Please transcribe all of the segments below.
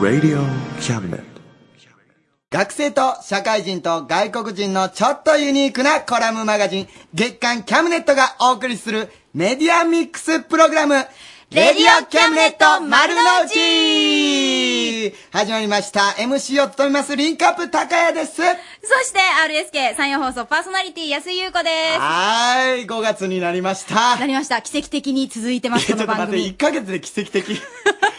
Radio Cabinet. 学生と社会人と外国人のちょっとユニークなコラムマガジン月刊キャムネットがお送りするメディアミックスプログラムレディオキャムネット丸の内始まりました MC を務めますリンクアップ高谷ですそして RSK 山陽放送パーソナリティ安井優子です。はーい5月になりましたなりました。奇跡的に続いてまいす、やこちょのっと番待って、1組。ヶ月で奇跡 的。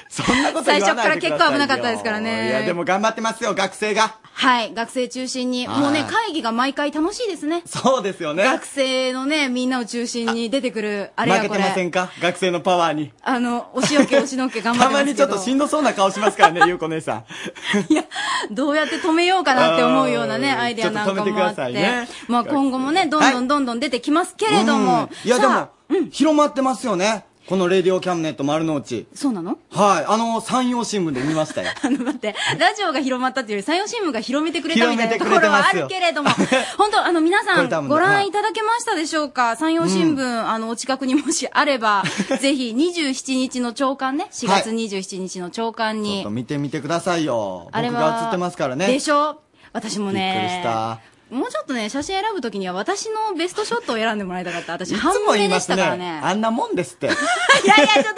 そんなこと言最わ初かならいでく結ださいよ構危なかったですからねいや、でも頑張ってますよ、学生が。はい。学生中心に。はいもうね、会議が毎回楽しいですね。そうですよね。学生のね、みんなを中心に出てくる、あれ負やけこてませんれ。か学生のパワーに。あの、おしおけ、おしのっけ頑張たってまますにけど。ちょっとしんどそうな顔します からね、ゆうこ姉さん。どうやって止めようかなって思うようなね、うんアイデアなんかちょっと止めてくもだあって。さいねまあ今後もね、どんどんどんどん出てきますけれども。うんいや、でさもあ、広まってますよね。このレディオキャンネット丸の内。そうなのはい。あの、山陽新聞で見ま したよ。ラジオが広まったというより、山陽新聞が広めてくれたみたいなと広こめてくれてろまはあすよる けれども、本当、あの、皆こされ多分ん、ご覧いただけましたでしょうか山陽新聞、あの、お近くにもしあれば、ぜひ、27日の朝刊ね、4月27日の朝刊ちょっにと、見てみてくださいよ。あれ僕は、が映ってますからね。でしょ私もね、びっくりした。もうちょっとね、写真選ぶときには、私のベストショットを選んでもらいたかった。私、い半つも言目いでましすたからね。ね。あんなもんですって。 いやいや、ちょっと待って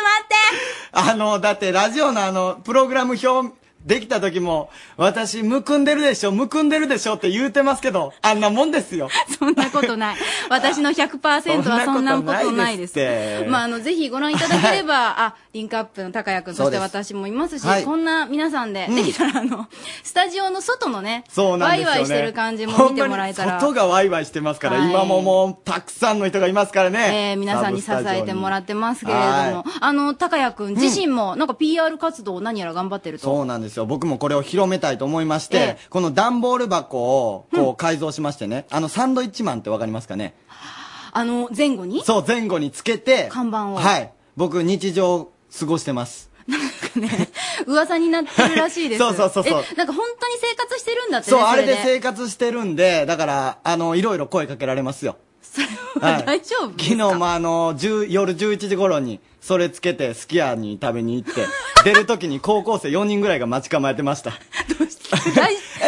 あの、だってラジオのあの、プログラム表できた時も、私、むくんでるでしょ、むくんでるでしょって言うてますけど、あんなもんですよ。そんなことない。私の100%はそんなことなそんいです。なことないですってまあ、あの、ぜひご覧いただければ、 あ、リンクアップの高谷くん、そそうしでてす私もいますし、はいこんな皆さんで、うんできたら、あの、スタジオの外のね、そうなんですよ、ね。ワイワイしてる感じも見てもらえたほんらまに外がワイワイしてますから、はい今ももう、たくさんの人がいますからね。えー皆さんに支えてもらっってますけれどはも、あの、高谷くん自身も、なんか PR 活動を何やら頑張ってると。そうなんですよ。僕もこれを広めたいと思いまして、えこの段ボール箱を、こう、改造しましてね、あの、サンドイッチマンってわかりますかねあの、前後にそう、前後につけて、看板をはい。僕、日常、過ごしてます。噂になってるらしいです。そうそうそうそうえ、なんか本当に生活してるんだってね、そう、あそれれでで。生活してるんで、だから、あの、いろいろ声かけられますよ。はい 大丈夫昨日もあの、10夜11時頃に、それつけて、すき家に食べに行って、 出る時に高校生4人ぐらいが待ち構えてました。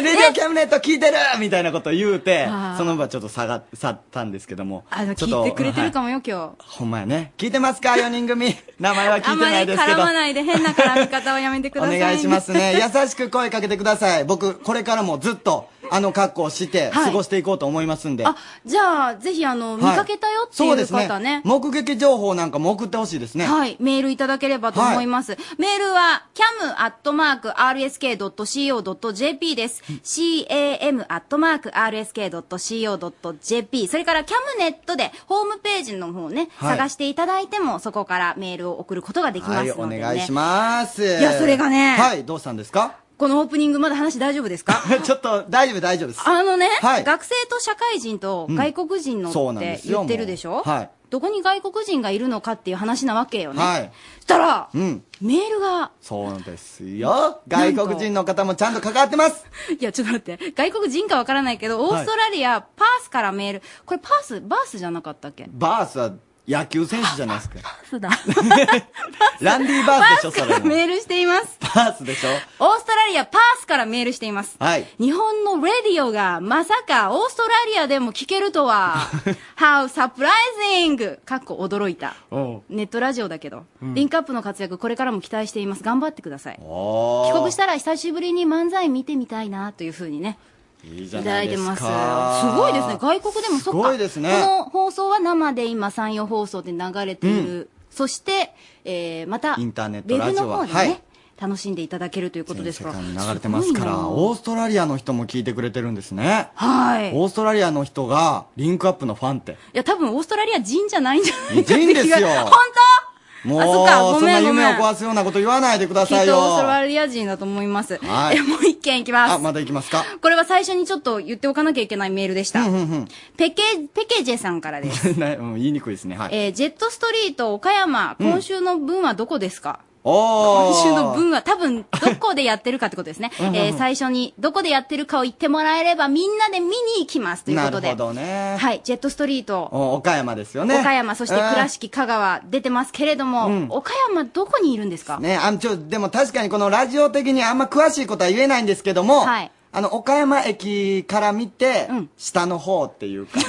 レディオキャムネット聞いてるみたいなこと言うてあ、ーその場ちょっと下が、去ったんですけども。あの、ちょっと聞いてくれてるかはいもよ、今日。ほんまやね。聞いてますか ?4 人組。名前は聞あいんてまないりですけ絡ど。まないで変な絡み方をやめてくおださい、願いしますね。優しく声かけてください。僕、これからもずっと、あの格好をして、はい過ごしていこうと思いますんで。じゃあ、ぜひ、あの、見はいかけたよっていうそうです方ねね。目撃情報なんかも送ってほしいですね。はい。メールいただければと思います。メールは、cam.rsk.co.jp です。cam.rsk.co.jp。それから、キャムネットで、ホームページの方ね、はい探していただいても、そこからメールを送ることができますはい、ので、おね。願いします。いやそれがねはい、どうしたんですかこのオープニング、まだ話大丈夫ですか ちょっと、大丈夫、大丈夫です。あのね、はい学生と社会人と外国人のそうっなんでてすよ言ってるでしもょ、うはいどこに外国人がいるのかっていう話なわけよね。はい。そしたら、うん。メールが、そうなんですよ。外国人の方もちゃんと関わってます。 いや、ちょっと待って、外国人かわからないけど、オーストラリア、パースからメール、これパース、バースじゃなかったっけバースは野球選手じゃない ですか。バースだ。ランディバパースーでしょ、スかそれらも。メールしています。バースでしょ。オーストラリア、パースからメールしています。はい。日本のレディオがまさかオーストラリアでも聞けると は。How surprising! かっこ驚いた。おうネットラジオだけど、リンクアップの活躍、これからも期待しています、頑張ってください。お帰ー国したら久しぶりに漫才見てみたいなというふうにね、いいいじゃたなだいいでてすか。ます。すごいですね、外国でもすそっか、ごいですねこの放送は生で今、山陽放送で流れている、そして、えーまた、インターネットラジオはウェブの方でね、はい楽しんでいただけるということですから、全世界に流れてますから、ごいなオーストラリアの人も聞いてくれてるんですね。はい。オーストラリアの人がリンクアップのファンって。いや、多分オーストラリア人じゃないんじゃないかって人ですよ気が本当もう、あそっかごそんなめんご夢めをん壊すようなこと言わないでくだきさっいよとオー。ストラリア人だと思います。はいえもう一件いきます。あ、まだ行き ますか。これは最初にちょっと言っておかなきゃいけないメールでした。うんうんうん。ペケ、ペケジェさんからです。 ねうん言いにくいですね。はい。えー、ジェットストリート岡山、今週の分はどこですか、あおー今週の分は多分どこでやってるかってことですねうんうんうんえー最初にどこでやってるかを言ってもらえればみんなで見に行きますというなことるでほどね。はい、ジェットストリートお岡山ですよね。岡山、そしてうん倉敷、香川、出てますけれども、うん岡山、どこにいるんですか、ね、あの、ちょ、でも確かにこのラジオ的にあんま詳しいことは言えないんですけども、はいあの、岡山駅から見て、下の方っていうか、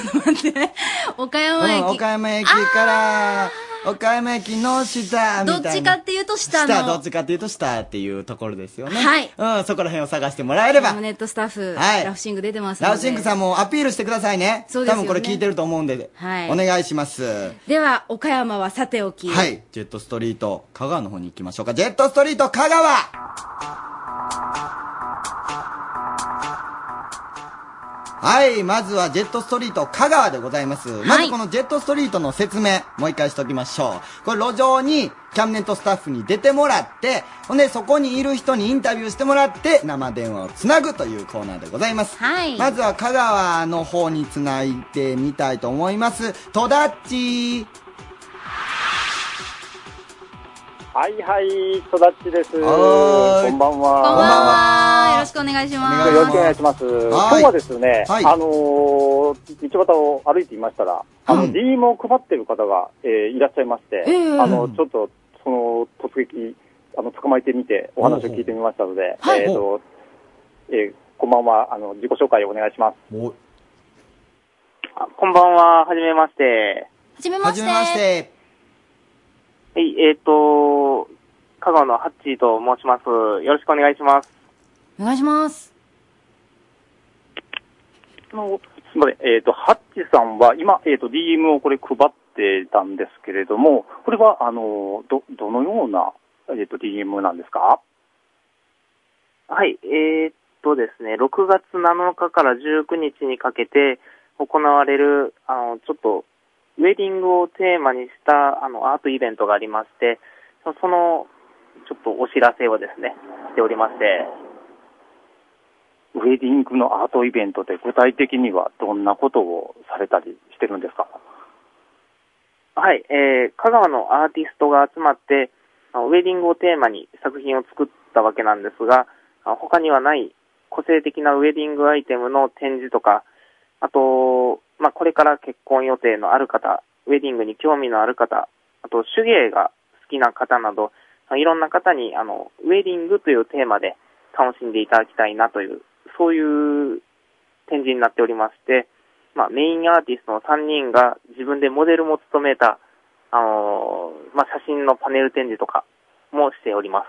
岡うん山駅、岡山駅から、岡山駅の下、みたどいな。っちかっていうと下下、どのっちかっていうと下っていうところですよね。はいうん、そこら辺を探してもらえれば。ネットスタッフ、はいラフシング出てますのでラウシンクさんもアピールしてくださいね。そうですよね多分これ聞いてると思うんで、はいお願いします。では岡山はさておき、はい。ジェットストリート、香川の方に行きましょうか。ジェットストリート、香川はい。まずは、ジェットストリート、香川でございます。まず、このジェットストリートの説明、もう一回しときましょう。これ、路上に、キャンネットスタッフに出てもらって、ほんで、そこにいる人にインタビューしてもらって、生電話をつなぐというコーナーでございます。はいまずは、香川の方につないでみたいと思います。戸田っちー。はいはい、とだっちです。こんばんはは。ーいこんばんこんばんは。はよろしくお願いしまばんはよろしすくお願いします。今はい日はですね、はいあのー道端を歩いていましたら、あうの、ん DM を配っている方が、えーいらっしゃいまして、ええあの、ちょっと、その、突撃、あの、捕まえてみて、お話を聞いてみましたので、はいえっ、と、えーこんばんは、あの、自己紹介をお願いします。おこんばんは、はじめまして。はじめまはしてじめまして。はい、えっ、と、香川のハッチーと申します。よろしくお願いします。お願いしますあのすみません、えっ、と、ハッチさんは今、えっ、と、DM をこれ配ってたんですけれども、これは、あの、ど、どのような、えっ、と、DM なんですかはい、えーっとですね、6月7日から19日にかけて行われる、あの、ちょっと、ウェディングをテーマにした、あの、アートイベントがありまして、そその、ちょっとお知らせをですね、しておりまして、ウェディングのアートイベントで具体的にはどんなことをされたりしてるんですかはい、えー、香川のアーティストが集まって、あのウェディングをテーマに作品を作ったわけなんですが、あ他にはない個性的なウェディングアイテムの展示とか、あと、まあ、これから結婚予定のある方、ウェディングに興味のある方、あと手芸が好きな方など、あいろんな方にあのウェディングというテーマで楽しんでいただきたいなという、そういう展示になっておりまして、まあ、メインアーティストの3人が自分でモデルも務めた、あのーまあ、写真のパネル展示とかもしております。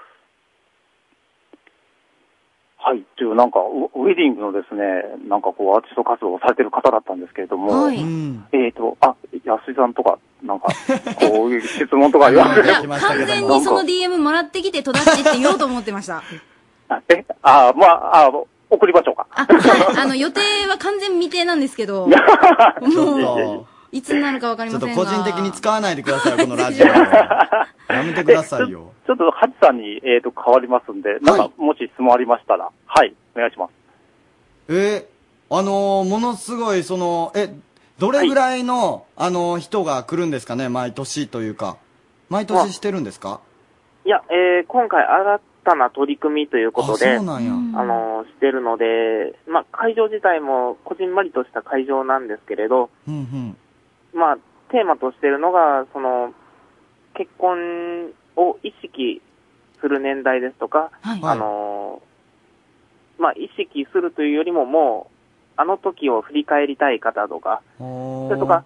はい、という、なんか、ウウェディングのですね、なんかこう、アーティスト活動をされてる方だったんですけれども、はういん。えっ、と、あ、安井さんとか、 なんか、こういう質問とか言われいてや来ましたけ完ども全にその DM もらってきて戸田っちって言おうと思ってました え、あ、まあ、あ、送りましょうか。あはいあの予定は完全未定なんです けど もういつになるかわかりちょまっせとんが個人的に使わないでくださいよ、このラジオ。やめてくださいよ。ちょっと、ハチさんに、えっ、と、変わりますんで、なんか、もし質問ありましたら、はい、お願いします。 え、あのー、ものすごい、その、え、どれぐらいの、あのー、人が来るんですかね、毎年というか。毎年してるんですかいや、えー今回新たな取り組みというあ、ことで、そうあなんや。うんのーしてるので、まあ、会場自体もこじんまりとした会場なんですけれど、うんうん。まあ、テーマとしてるのが、その、結婚を意識する年代ですとか、はいはいあのーまあ、意識するというよりももう、あの時を振り返りたい方とか、おそれとか、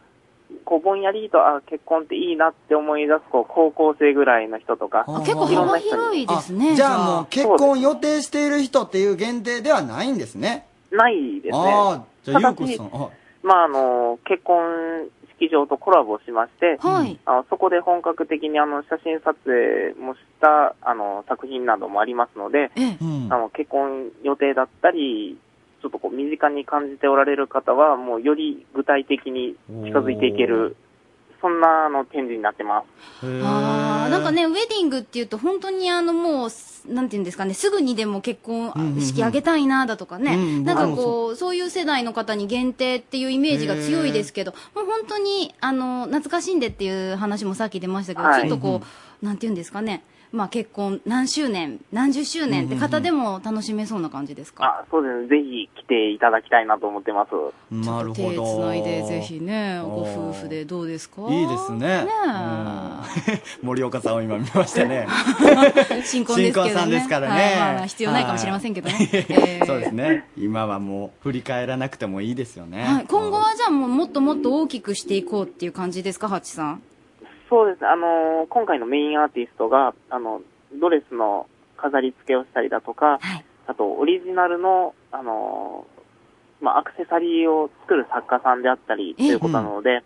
こうぼんやりと、あ、結婚っていいなって思い出す、こう、高校生ぐらいの人とか、ああ結構幅広いですねじゃあもう結婚予定している人っていう限定ではないんですね。ないですね。ああ、じゃあゆう形こさん。あまあ、あのー結婚式場とコラボしまして、はいあのそこで本格的にあの写真撮影もしたあの作品などもありますので、ええうんあ。の結婚予定だったり、ちょっとこう身近に感じておられる方は、もうより具体的に近づいていける、そんなあの展示になってます。ああーなんか、ね、ウェディングっていうと、本当にあのもう、すなんていうんですかね、すぐにでも結婚うんうんうん式挙げたいなだとかね、うんなんか僕もこう、そういう世代の方に限定っていうイメージが強いですけど、もう本当にあの懐かしんでっていう話もさっき出ましたけど、はいちょっとこう、なんていうんですかね、まあ、結婚何周年、何十周年って方でも楽しめそうな感じですか、あ、そうですね。ぜひ来ていただきたいなと思ってます。なるほ手どつないでぜひねご夫婦でどうですかいいですねねうん 森岡さんを今見ました ねえ新婚ですけどね新婚さんですからねはいまあまあ必要ないかもしれませんけどね、えーそうですね今はもう振り返らなくてもいいですよね、はい、今後はじゃあもうもっともっと大きくしていこうっていう感じですかハッチさんそうですね。あのー今回のメインアーティストが、あの、ドレスの飾り付けをしたりだとか、はいあと、オリジナルの、あのーまあ、アクセサリーを作る作家さんであったり、ということなので、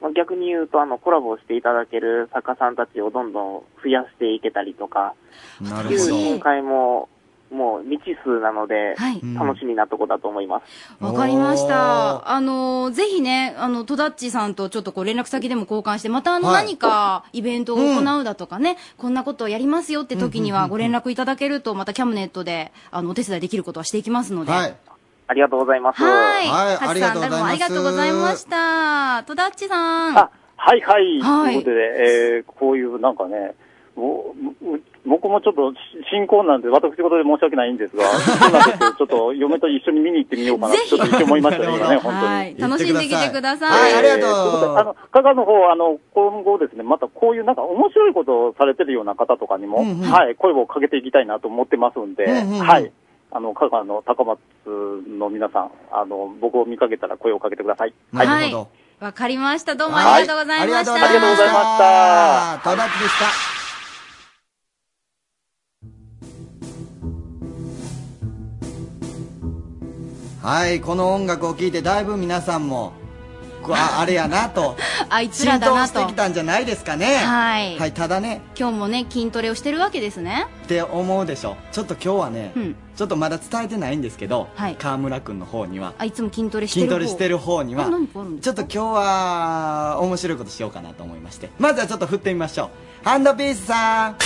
まあ、逆に言うと、あの、コラボをしていただける作家さんたちをどんどん増やしていけたりとか、ないうるほど展開も、もう未知数なので、はい楽しみなとこだと思います。わかりましおた。あの、ぜひね、あの、トダッチさんとちょっとこう連絡先でも交換して、またあの、はい何かイベントを行うだとかね、こんなことをやりますよって時にはご連絡いただけると、またキャムネットで、あの、お手伝いできることはしていきますので。はい。ありがとうございます。はい。はいハチありさん、がとうごどうざいますもありがとうございました。トダッチさん。あ、はいはい。はいということで、えーこういうなんかね、もうう僕もちょっとし新婚なんで、私事で申し訳ないんですが、そうなんですけどちょっと嫁と一緒に見に行ってみようかなぜと、ひちょっと一瞬思いましたね、なる今ほどね、本当に。はい。言っ楽てしくださいんできてくださ。はいいありがとうあの、加賀の方、あの、今後ですね、またこういうなんか面白いことをされてるような方とかにも、うんうんはい、声をかけていきたいなと思ってますんで、うんうんうんはい。あの、加賀の高松の皆さん、あの、僕を見かけたら声をかけてください。なはるいほど。。わかりました。どうもありがとうございました。はいありがとうございましあた。ただっちでした。はい、この音楽を聴いてだいぶ皆さんも、こうああれやなと、 あいつら浸だ透なしてと。きたんじゃないですかね。はいはい、ただね、今日もね、筋トレをしてるわけですね。って思うでしょちょっと今日はね、うんちょっとまだ伝えてないんですけど、はい川村君の方にはあ、いつも筋トレして筋る方トレしてる方にはあ何かあるんですちょかっと今日は面白いことしようかなと思いましてまずはちょっと振ってみましょハンドピースさん。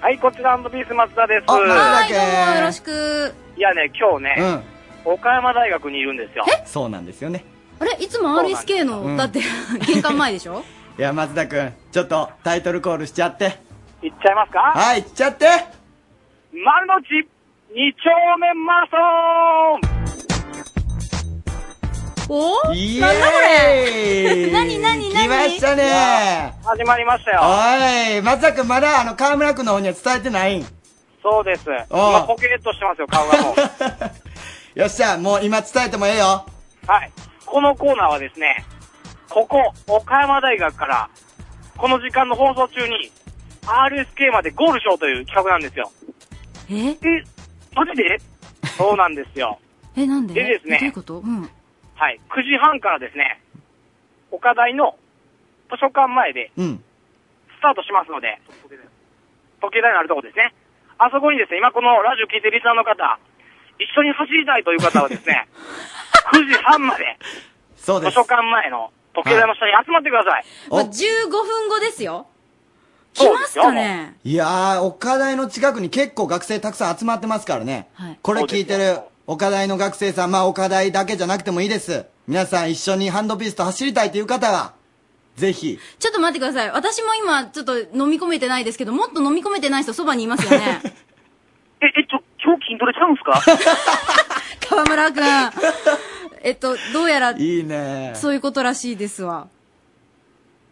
はい、こちらアンドピース松田です。あ松田はい、どうもよろしく。いやね、今日ううね、ん岡山大学にいるんですよ。そうなんですよねあれいつも RSK の、うんだって、 玄関前でしょいや松田君ちょっとタイトルコールしちゃって行っちゃいますかはい行っちゃって丸の内二丁目マラソンおおイなんだこれエーイ何何何来ましたね始まりましたよ。おい松田君まだあの川村君の方には伝えてないんそうです。おう今ポケットしてますよ、顔がもう。よっしゃもう今伝えてもええよはい。このコーナーはですね、ここ、岡山大学から、この時間の放送中に、RSK までゴールしようという企画なんですよ。ええ、マジでそうなんですよ。 え、なんででですねどういうことうん。はい、9時半からですね、岡大の図書館前でうんスタートしますので、時計台のあるとこですね。あそこにですね、今このラジオ聞いてるリスナーの方、一緒に走りたいという方はですね、9時半までそう図です書館前の時計台の下に集まってください。まおあ、15分後ですよ。来そうまですすよかねいやー、岡大の近くに結構学生たくさん集まってますからね。はいこれ聞いてそうでするよ岡大の学生さん、まあ岡大だけじゃなくてもいいです。皆さん一緒にハンドピースと走りたいという方は、ぜひ。ちょっと待ってください。私も今、ちょっと飲み込めてないですけど、もっと飲み込めてない人そばにいますよね。え、え、ちょ、今日筋トレちゃうんすかは河村くん。えっと、どうやら、いいねそういうことらしいですわ。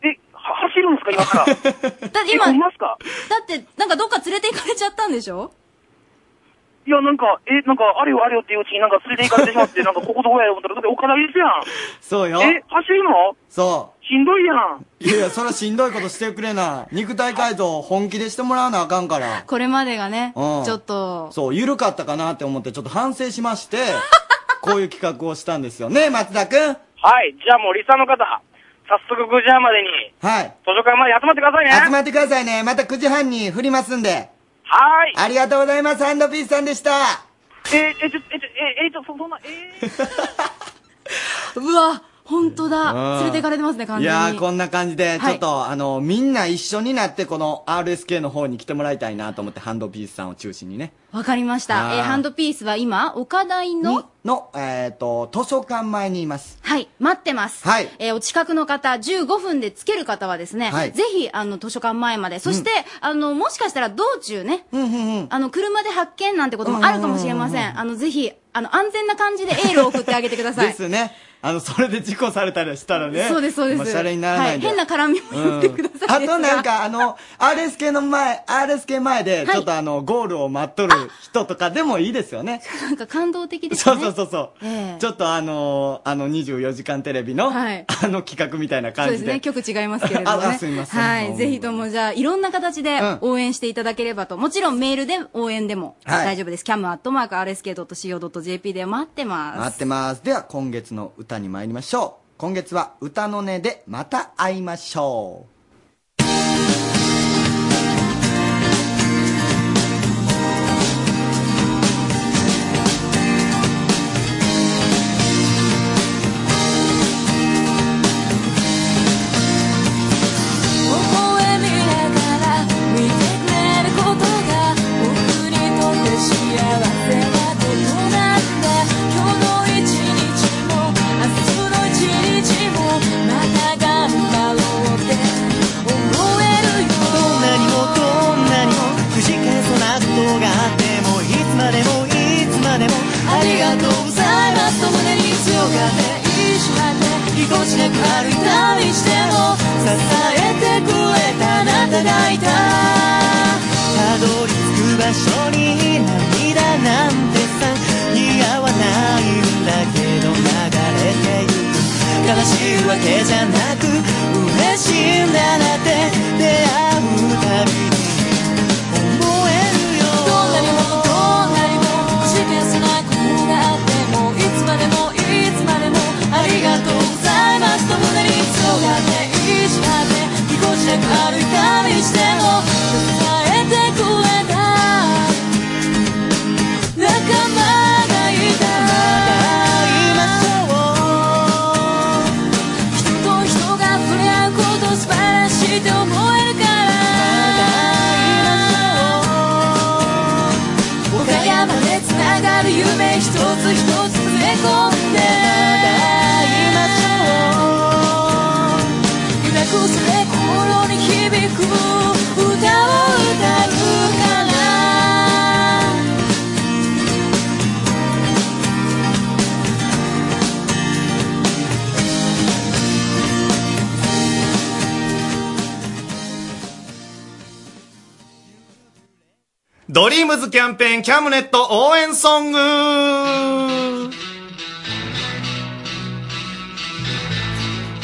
え、は走るんすか今か ら。だってえ、今、飛だびますかって、なんかどっか連れて行かれちゃったんでしょいや、なんか、え、なんか、あれよあれよっていううちになんか連れて行かれてしまって、なんかここどこやよ思ったら、だって岡大ですやん。そうよ。え、走るのそしんどいやん。う。いやいや、そらしんどいことしてくれない。肉体改造本気でしてもらわなあかんから。これまでがね、ちうんょっと、そう、緩かったかなって思ってちょっと反省しまして、 こういう企画をしたんですよね、松田くん。はい、じゃあもうリサの方、早速9時半までに、はい。図書館まで集まってくださいね。集まってくださいね。また9時半に振りますんで。はーい。ありがとうございます、ハンドピースさんでした。えー、え、ちょ、え、ちょ、え、え、ちょ、そそんな、えー、うわ、本当だ。うん連れて行かれてますね、完い全に。やー、こんな感じで、ちはいょっと、あの、みんな一緒になって、この RSK の方に来てもらいたいなと思って、ハンドピースさんを中心にね。わかりました。あーえーハンドピースは今、岡台の、の、えっ、と、図書館前にいます。はい、待ってます。はいえーお近くの方、15分でつける方はですね、はいぜひ、あの、図書館前まで、そして、あの、もしかしたら道中ね、うんうんうん。あの、車で発見なんてこともあるかもしれません。あの、ぜひ、あの、安全な感じでエールを送ってあげてください。ですね。あの、それで事故されたりしたらね。そうです、そうです。おしゃれにならないで。はい、変な絡みもやってくださいあですが、となんか、あの、RS 系の前、RS 系前で、はいちょっとあの、ゴールを待っとる人とかでもいいですよね。なんか感動的ですそね。うそうそうそう。ええちょっとあのーあの24時間テレビの、はいあの企画みたいなそう感でじすで。ね。曲違いますけれどもね。ああすみませんはい。ぜひとも、じゃあ、いろんな形でうん応援していただければと。もちろんメールで応援でもはい大丈夫です。cam.rsk.co.jp で待ってます。待ってます。では、今月の歌に参りましょう。今月は歌の音でまた会いましょう。微笑みながら見てくれることが僕にとって幸せなことなんだ今日の一日も明日の一日もまた頑張ろうって思えるよどんなにもどんなにもくじけそうなことがあってもいつまでもいつまでもありがとうございますと胸に強がっていいしまってぎこちなく歩いたりしても支えてくれたあなたがいたたどり着く場所に涙なんてさ似合わないんだけど流れてゆく悲しいわけじゃなく嬉しいんだなって出会うたびに思えるよどんなにもどんなにもくじけそうなことがあってもいつまでもいつまでもありがとうございますと胸に強がっていいしまってぎこちなく歩いたりしても支えてくれた仲間がいた人と人が触れ合うこと素晴らしいって思えるから岡山でつながる夢一つ一つ詰め込んで今こそで心に響く歌を歌うからドリームズキャンペーンキャムネット応援ソング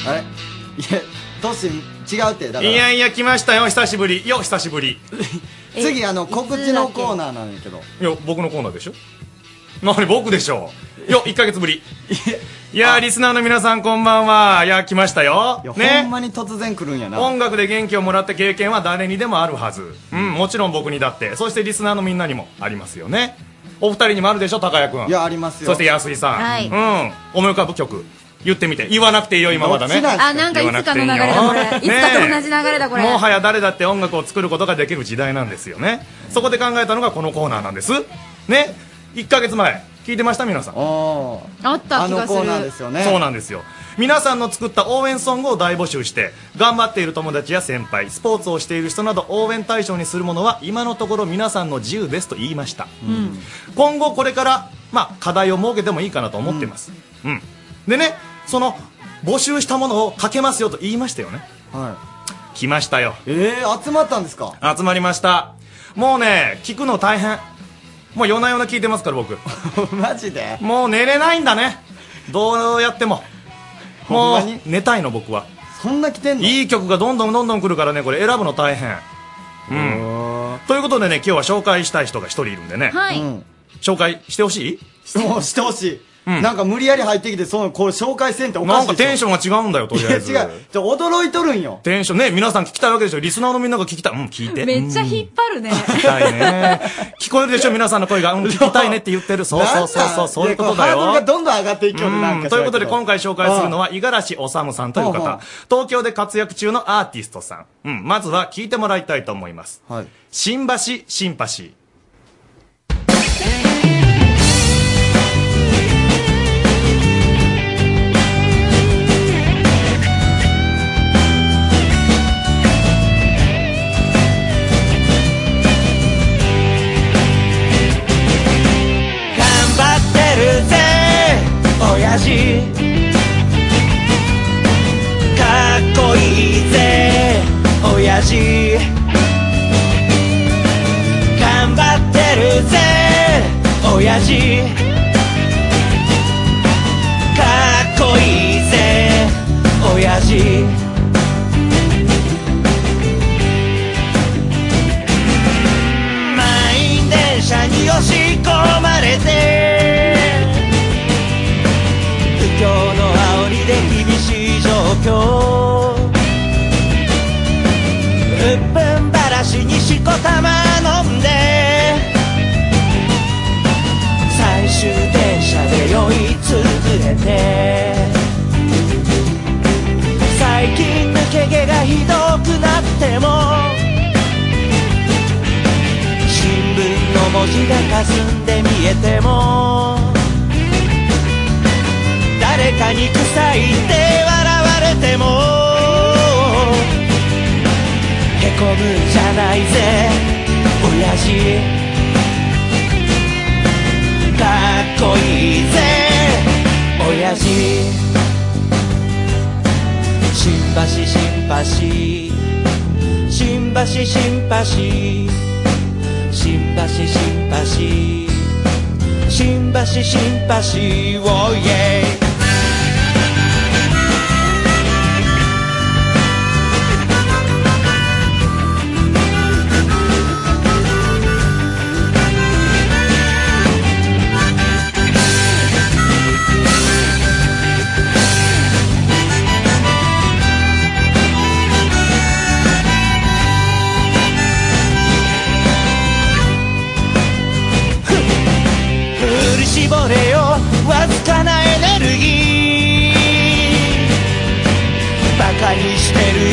あれいや、トシ違うって、だから。いやいや、来ましたよ、久しぶり。よ、久しぶり。え次、あの、いつだっけ告知のコーナーなんやけど。いや、僕のコーナーでしょ何、僕でしょいや、1ヶ月ぶり。いや、リスナーの皆さんこんばんは。いや、来ましたよいや、。ほんね。まに突然来るんやな。音楽で元気をもらった経験は誰にでもあるはず。うん、もちろん僕にだって。そしてリスナーのみんなにもありますよね。お二人にもあるでしょ、高谷くん。いや、ありますよ。そして安井さん、はいうん、思い浮かぶ曲言ってみて言わなくていいよ今まだどっねちなんあ、なんかいつかの流れだこれ。いつ言わなくていかいよと同じ流れだこれ。もはや誰だって音楽を作ることができる時代なんですよねそこで考えたのがこのコーナーなんですね1ヶ月前聞いてました皆さんおーあったあ気がのすコるー。ナーですよね。そうんなんですよ皆さんの作った応援ソングを大募集して頑張っている友達や先輩スポーツをしている人など応援対象にするものは今のところ皆さんの自由ですと言いました、今後これから、まあ、課題を設けてもいいかなと思っています、うんでねその募集したものをかけますよと言いましたよねは来ましたよい。えー、集まったんですか集まりましたもうね聞くの大変もう夜な夜な聞いてますから僕 マジでもう寝れないんだねどうやってももほうんまに寝たいの僕はそんな来てんのいい曲がどんどんどんどん来るからねこれ選ぶの大変うんということでね今日は紹介したい人が一人いるんでね、はうい。ん。紹介してほしもうしてほしい、うんなんか無理やり入ってきてそのこれ紹介せんっておいかなしんいかテンショョンが違うんだよとりあえずいや違うちょ驚いとるんよテンションね皆さん聞きたいわけでしょリスナーのみんなが聞きたいうん聞いてめっちゃ引っ張るね。うん聞きたいね聞こえるでしょ皆さんの声がうん聞きたいねって言ってる そうそうそうそうそういうことだよなんなんでこうハードルがどんどん上がっていきよねなんうんかということで今回回紹介するのは五十嵐治さんというほうほう方東京で活躍中のアーティストさん、うん、まずは聞いてもらいたいと思いますはい新橋シンパシーもいいぜ親父頑張ってるぜ親父かっこいいぜ親父満員電車に押し込まれて不況の煽りで厳しい状況うっぷんばらしにしこたま飲んで最終電車で酔いつぶれて最近抜け毛がひどくなっても新聞の文字が霞んで見えても誰かに臭いって笑われてもへこむんじゃないぜ親父かっこいいぜ親父新橋新橋新橋新橋新橋新橋新橋新橋おいえ振り絞れよわずかなエネルギーバカにしてる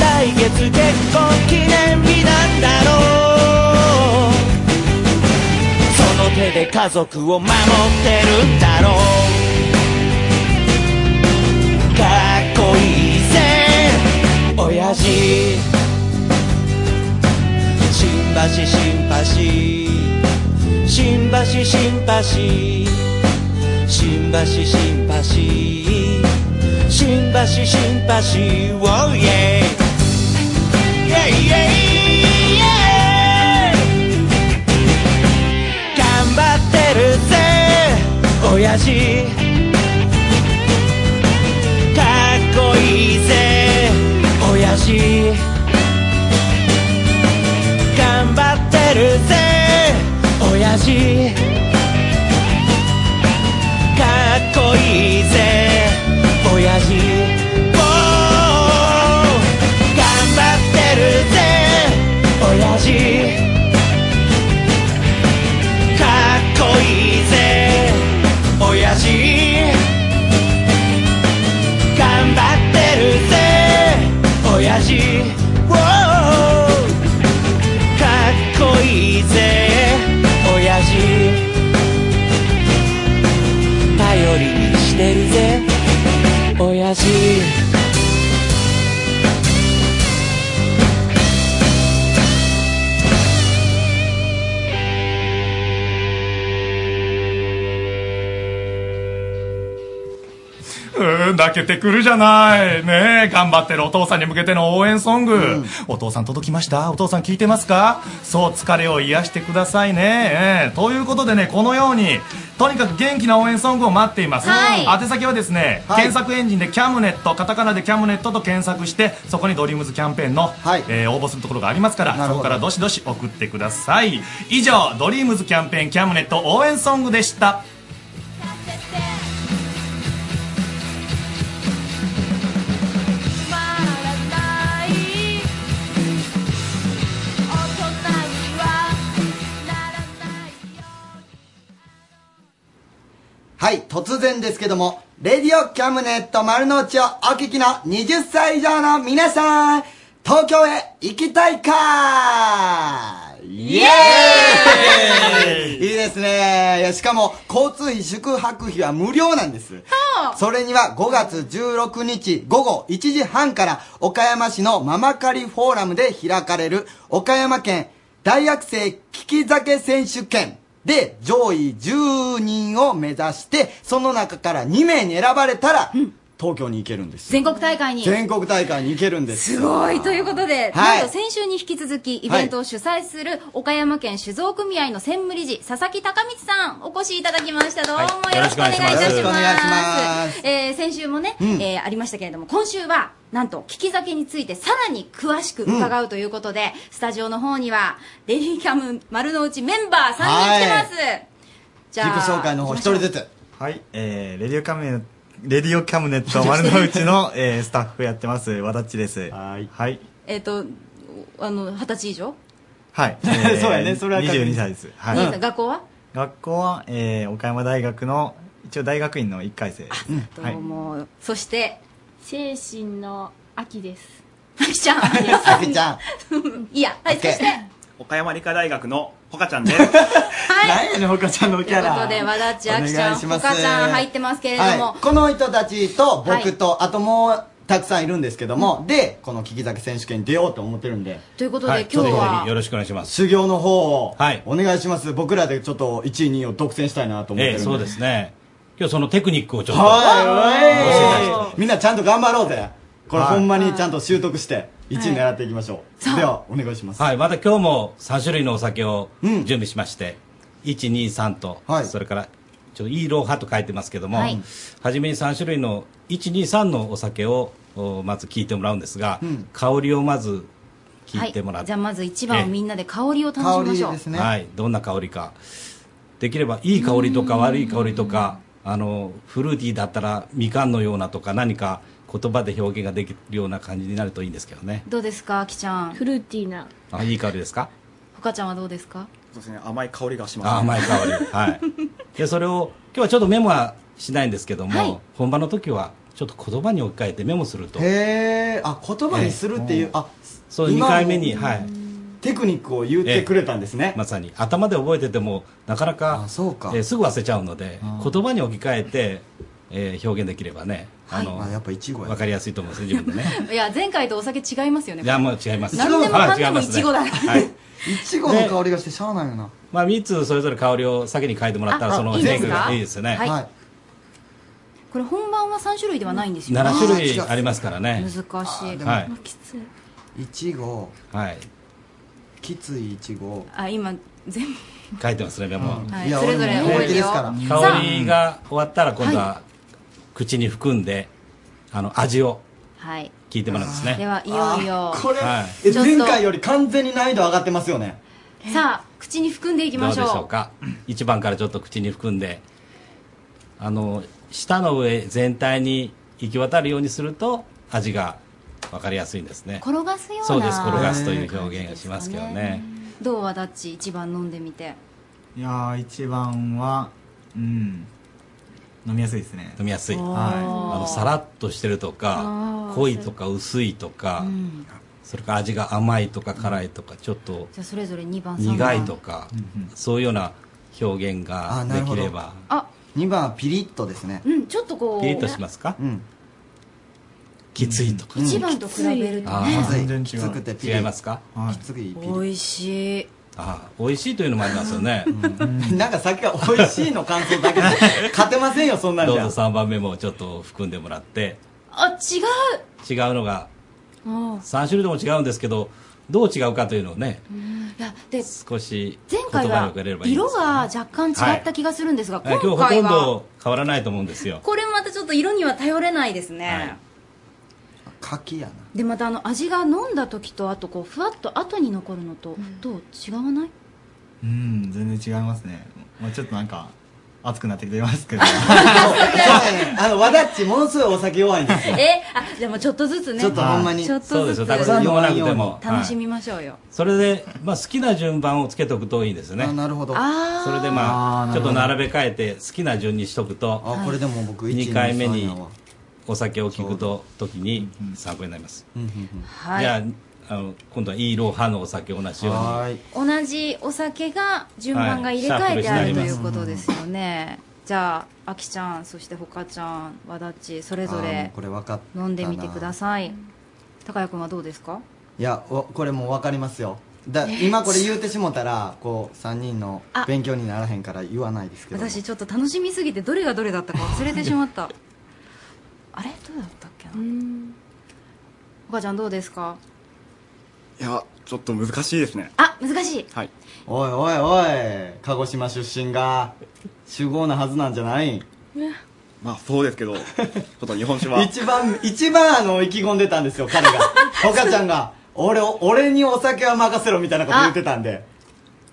来月結婚記念日なんだろうその手で家族を守ってるんだろうかっこいいぜ親父新橋新橋新橋新橋新橋新橋新橋新橋 Oh yeah Yeah yeah yeah 頑張ってるぜ親父かっこいいぜ親父頑張ってるぜ親父かっこいいぜ親父おー頑張ってるぜ親父かっこいいぜ親父頑張ってるぜ親父おーかっこいいぜ親父頼りにしてるぜ親父うーん泣けてくるじゃない。ねえ、頑張ってるお父さんに向けての応援ソング。お父さん届きましたお父さん聞いてますかそう、疲れを癒してくださいね。ええということでね、このように、とにかく元気な応援ソングを待っています。はい宛先はですね、検索エンジンでキャムネット、カタカナでキャムネットと検索して、そこにドリームズキャンペーンの、えー応募するところがありますから、そこからどしどし送ってください。以上、ドリームズキャンペーンキャムネット応援ソングでした。まらない大人にははい、突然ですけども、レディオキャムネット丸の内をお聞きの20歳以上の皆さん、東京へ行きたいかイエーイいいですね。いや、しかも、交通費、宿泊費は無料なんです。それには5月16日午後1時半から岡山市のママカリフォーラムで開かれる岡山県大学生聞き酒選手権で上位10人を目指してその中から2名に選ばれたら東京に行けるんですよ全国大会に。全国大会に行けるんですすごいということで、はいなんと先週に引き続きイベントを主催する岡山県酒造組合の専務理事佐々木隆光さんお越しいただきましたどうもよろしくお願いいたします,、よろしくお願いしまえー先週もね、うんえーありましたけれども今週はなんと聞き酒についてさらに詳しく伺うということで、スタジオの方にはデリキャム丸の内メンバー3人来てます、じゃあずつはいえーレディオキャムネレディオキャムネット丸の 内の、えースタッフやってます和田っちですはいはい、えっ、とあの二十歳以上、はいえ そうやねそれは確認22歳です、はい兄さん学校は学校は、えー岡山大学の一応大学院の1回生ですどうも、そして精神の秋ですあき ちゃんあきちゃんいいやはい OK そして岡山理科大学のほかちゃんです。何やねん、ほかちゃんのということで和田千秋ちゃんほかちゃん入ってますけれども、はい、この人たちと僕と、あともうたくさんいるんですけども、でこの聞き酒選手権に出ようと思ってるんでということで、今日はろしくお願いします修行の方をお願いします、僕らでちょっと1位2位を独占したいなと思ってるえんえ、で、そうですね。今日そのテクニックをちょっと。はいおいみんなちゃんと頑張ろうぜこれはいほんまにちゃんと習得して1位狙っていきましょう、ではお願いしますはい、また今日も3種類のお酒を準備しまして、1、2、3と、それから、ちょっとイーローハと書いてますけども、ははいじめに3種類の1、2、3のお酒をおまず聞いてもらうんですが、うん香りをまず聞いてもらはっい、て、じゃあはい、まず一番をみんなで香りを楽しみましょう、どんな香りか。できればいい香りとか悪い香りとか、あの、フルーティーだったらみかんのようなとか何か言葉で表現ができるような感じになるといいんですけどね。どうですかあきちゃんフルーティーなあ、いい香りですかほかちゃんはどうですかそうですね、甘い香りがします、あ甘い香りはいでそれを今日はちょっとメモはしないんですけども、本番の時はちょっと言葉に置き換えてメモするとへえあ言葉にするっていう、あそう2今回目にもはいテクニックを言ってくれたんですね、まさに頭で覚えててもなかなかえーすぐ忘れちゃうので言葉に置き換えて、えー表現できればねあの、やっぱ分かりやすいと思うんですね自分でねいや前回とお酒違いますよねいやもう違います何でもかんでも はい違いまいすねちごだ、はいいちごの香りがしてしゃあないよなまあ3つそれぞれ香りを先に変えてもらったらあそのいいですか変化がいいですよね、はいこれ本番は3種類ではないんですよね7種類ありますからね難しい、はいきついいちごはいきついいちごあ今全部書いてますねメモ、はいいやそれぞれ覚えてよねさあ香りが終わったら今度は口に含んであの味をはい聞いてもらうんですでねはいよいよこれ、はえちょっと前回より完全に難易度上がってますよねさあ口に含んでいきどうまでししょうょうか1番からちょっと口に含んであの舌の上全体に行き渡るようにすると味が分かりやすいんですね転がすようなそうです転がすという表現がしますけどねどうはだっち一番飲んでみていやー一番はうん飲みやすいですね飲みやすい、はいあのさらっとしてるとあかー濃いとか薄いとか、うんそれから味が甘いとか辛いとかちょっと、じゃあそれぞれ2番3番苦いとか、そういうような表現があなでるほきどればあ2番はピリッとですねうんちょっとこうピリッとしますか、きついとか、一番と比べるとあねーきつくてピリ違いますか、きつくいいピリ美味しいあー美味しいというのもありますよね、なんかさっきから美味しいの感想だ けで勝てませんよそんなんどうじぞゃ3番目もちょっと含んでもらってあ違う違うのがあ3種類とも違うんですけどどう違うかというのをねいやで少し前言回葉はにくれればいいん色ですが若干違った気がするんですが、はい今日今ほと回んはど変わらないと思うんですよこれまたちょっと色には頼れないですね、柿やなでまたあの味が飲んだ時とあとこうふわっと後に残るのと、どう違わないうん全然違いますねもうちょっとなんか熱くなってきてま すけどあの和田っちものすごいお酒弱いんですよえ あじゃあもうちょっとずつねちょっとほんまにちょっとずつそうですよたくさん飲まなくても楽しみましょうよ、それで、まあ、好きな順番をつけておくといいですねあなるほどあーそれでまああーなちるほょっとど並べ替えて好きな順にしとくとあこれでも僕2回目に1 2 3お酒を聞くと時に参考になります、はいじゃああの今度はいいロハのお酒同じように同じお酒が順番が入れ替えてあるということですよね、じゃああきちゃんそしてほかちゃんわだっちそれあぞーもれうこれ分かったな飲んでみてください高谷君はどうですかいやわこれもう分かりますよだ今これ言うてしもたらこう3人のあ勉強にならへんから言わないですけど私ちょっと楽しみすぎてどれがどれだったか忘れてしまったあれどうだったっけなほかちゃんどうですかいや、ちょっと難しいですね。あ難しいはい。おいおいおい鹿児島出身が主語なはずなんじゃないまあ、そうですけ ど、ちょっと日本酒は。一番一番あの意気込んでたんですよ彼 がほかちゃんが俺を俺にお酒は任せろみたいなこと言ってたんで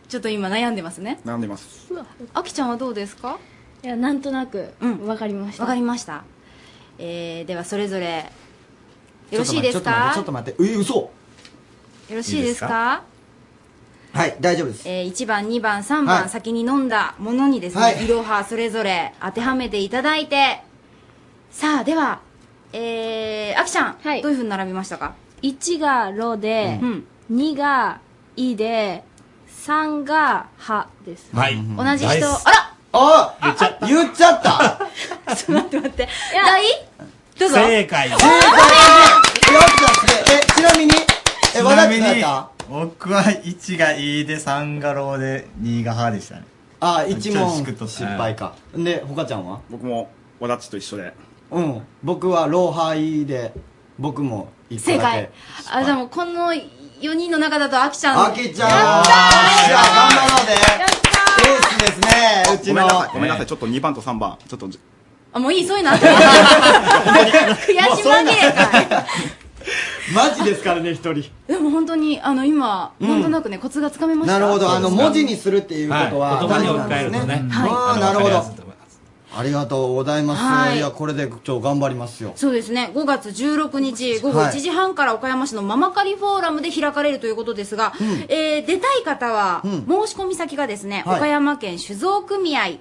ちょっと今悩んでますね悩んでますあきちゃんはどうですかいやなんとなくわかりましたわかりました、えーではそれぞれよろしいですかちょっと待ってちょっと待ってえ嘘よろしいですかはい大丈夫ですえー1番2番3番、はい先に飲んだものにですね、い、ろはそれぞれ当てはめていただいてさあではえー、あきちゃん、どういうふうに並びましたか1が「ろ」で、2が「い」で3が「は」ですはい同同じ人あらあ言っちゃったないどうぞ正解正解 よえちなみにえちなみわだっちにだっ僕は1が「い」で3が「ろ」で2が「は」でしたねああ一問失敗かでほかちゃんは僕もわだちと一緒でうん僕は老廃で僕も一個だ正け解あじゃあもうこの4人の中だとあきちゃんあきちゃんやった頑張ろうでエースですねうごちめのんなさい、ごめんなさい、ちょっと2番と3番、ちょっと、あもういいそういうのあったら悔しもうそん紛なれかマジですからね一人でも本当にあの今、うんなんとなくねコツがつかめましなたるほどあの文字にするっていうことははい言葉に置き換えるとね大事なんですはいああなるわかほりやどすいありがとうございまはすいいやこれでちょ頑張りますよそうですね5月16日午後はい1時半から岡山市のママカリフォーラムで開かれるということですが、うんえー出たい方は、うん申し込み先がですね、はい岡山県酒造組合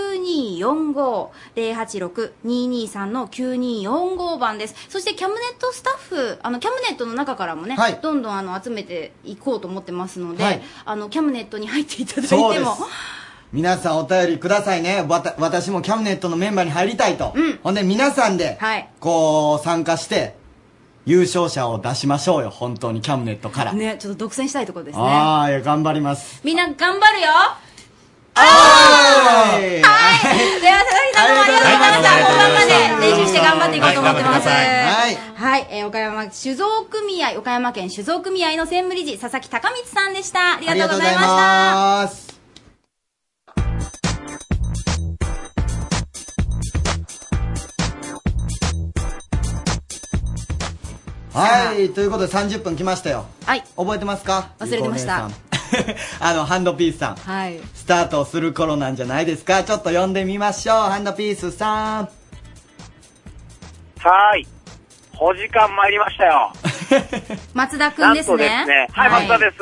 086-223-9245 086-223-9245番ですそしてキャムネットスタッフあのキャムネットの中からもね、はいどんどんあの集めていこうと思ってますので、はいあのキャムネットに入っていただいてそうですも皆さんお便りくださいねわた私もキャムネットのメンバーに入りたいと、ほんで皆さんではいこう参加して優勝者を出しましょうよ本当にキャムネットから、ねちょっと独占したいところですねああいや頑張りますみんな頑張るよはい では、佐々木さんどうもありがとうございました。本番まで練習して頑張っていこうと思ってます。はいははいい。えー岡山酒造組合、岡山県酒造組合の専務理事、佐々木隆光さんでした。ありがとうございました。ありがとうございますはいということで30分来ましたよはい覚えてますか忘れてましゆうたこお姉さん あのハンドピースさんはい。スタートする頃なんじゃないですかちょっと呼んでみましょうハンドピースさんはーい。お時間参りましたよ。松田くなんんですとね。ですね、はい、松田です。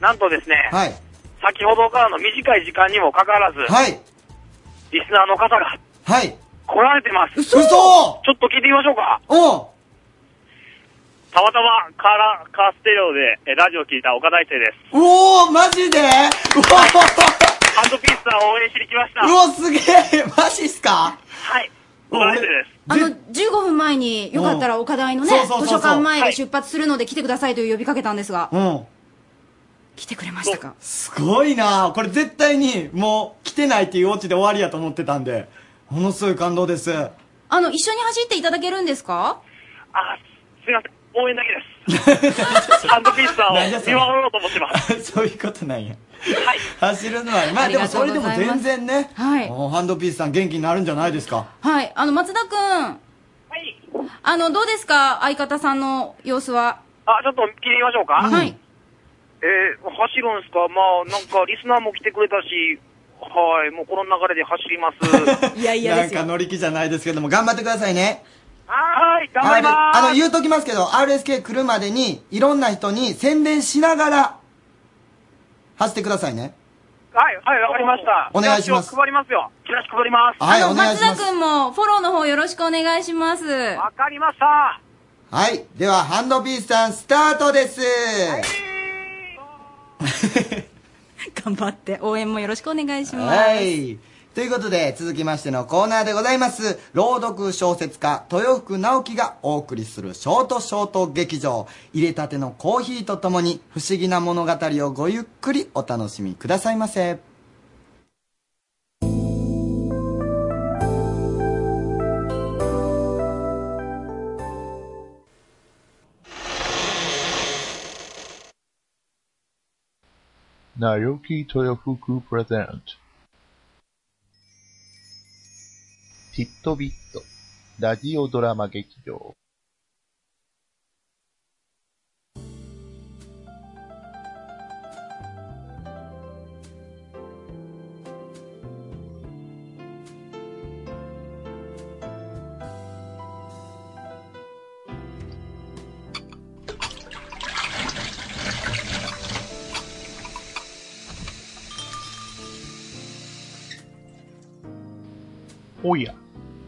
なんとですね、はい先ほどからの短い時間にもかかわらず、はいリスナーの方がはい来られてます。嘘ちょっと聞いてみましょうか。おうたまたまカラ、カーステレオでえラジオを聞いた岡大生です。おおマジでうわハンドピースさんを応援しに来ました。うわすげえマジっすかはい岡大生です。あの、15分前に、よかったら岡大のねうんそうそう、そ図うそ書う館前はでい出発するので来てくださいという呼びかけたんですが、うん来てくれましたかすごいなこれ絶対にもう来てないっていうオチで終わりやと思ってたんでものすごい感動ですあの、一緒に走っていただけるんですかすいません、応援だけ です。ハンドピースさんを見守ろうと思ってます。 そういうことなんや。走るのは、まあありでがもとうそごれざでいもます全然ね、はいもうハンドピースさん元気になるんじゃないですか。はい。あの、松田くん。はい。あの、どうですか相方さんの様子は。あ、ちょっと聞いてみましょうか。はい。えー走るんすかまあ、なんか、リスナーも来てくれたし、はい、もうこの流れで走 ります。いやいやなんか乗り気じゃないですけども、頑張ってくださいね。はい、頑張りまあの、ーす。言うときますけど、RSK 来るまでに、いろんな人に宣伝しながら、走ってくださいね。はい、はい、わかりました。お願いしますチラシを配りますよ。チラシ配ります。あの、松田君もフォローの方よろしくお願いします。わかりました。はい。では、ハンドピースさん、スタートです。頑張って、応援もよろしくお願いします。はい。ということで、続きましてのコーナーでございます。朗読小説家、豊福直樹がお送りするショートショート劇場。入れたてのコーヒーとともに、不思議な物語をごゆっくりお楽しみくださいませ。 Naoki Toyofuku Present ヒットビットラジオドラマ劇場おや、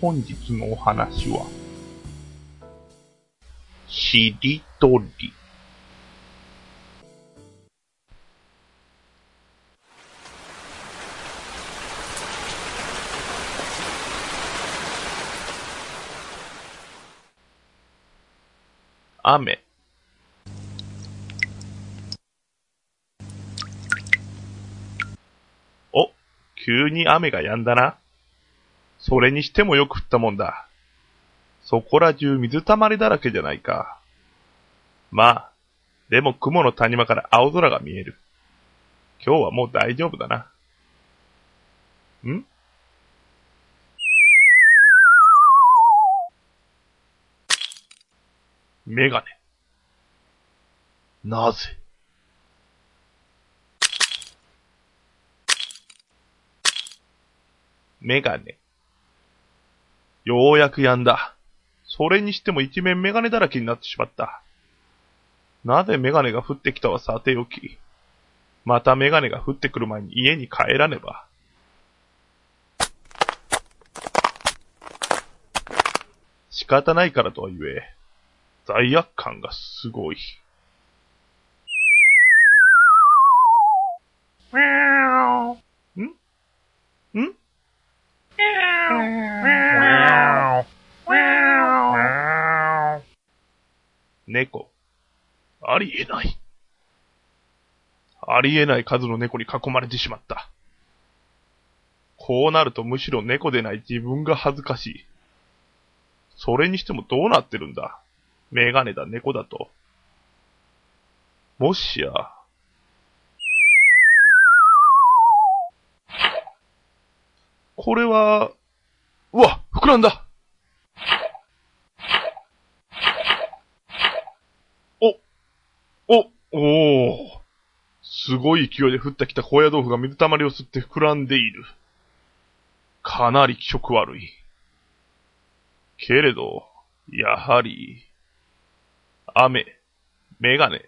本日のお話は、しりとり。雨。お、急に雨が止んだな。それにしてもよく降ったもんだ。そこら中水たまりだらけじゃないか。まあ、でも雲の谷間から青空が見える。今日はもう大丈夫だな。んメガネ。なぜメガネ。ようやくやんだ。それにしても一面メガネだらけになってしまった。なぜメガネが降ってきたはさておき。またメガネが降ってくる前に家に帰らねば。仕方ないからとは言え、罪悪感がすごい。猫。ありえない。ありえない数の猫に囲まれてしまった。こうなるとむしろ猫でない自分が恥ずかしい。それにしてもどうなってるんだ。メガネだ猫だと。もしや。これは、うわ、膨らんだお、おお。すごい勢いで降ってきた高野豆腐が水たまりを吸って膨らんでいる。かなり気色悪い。けれど、やはり、雨、メガネ、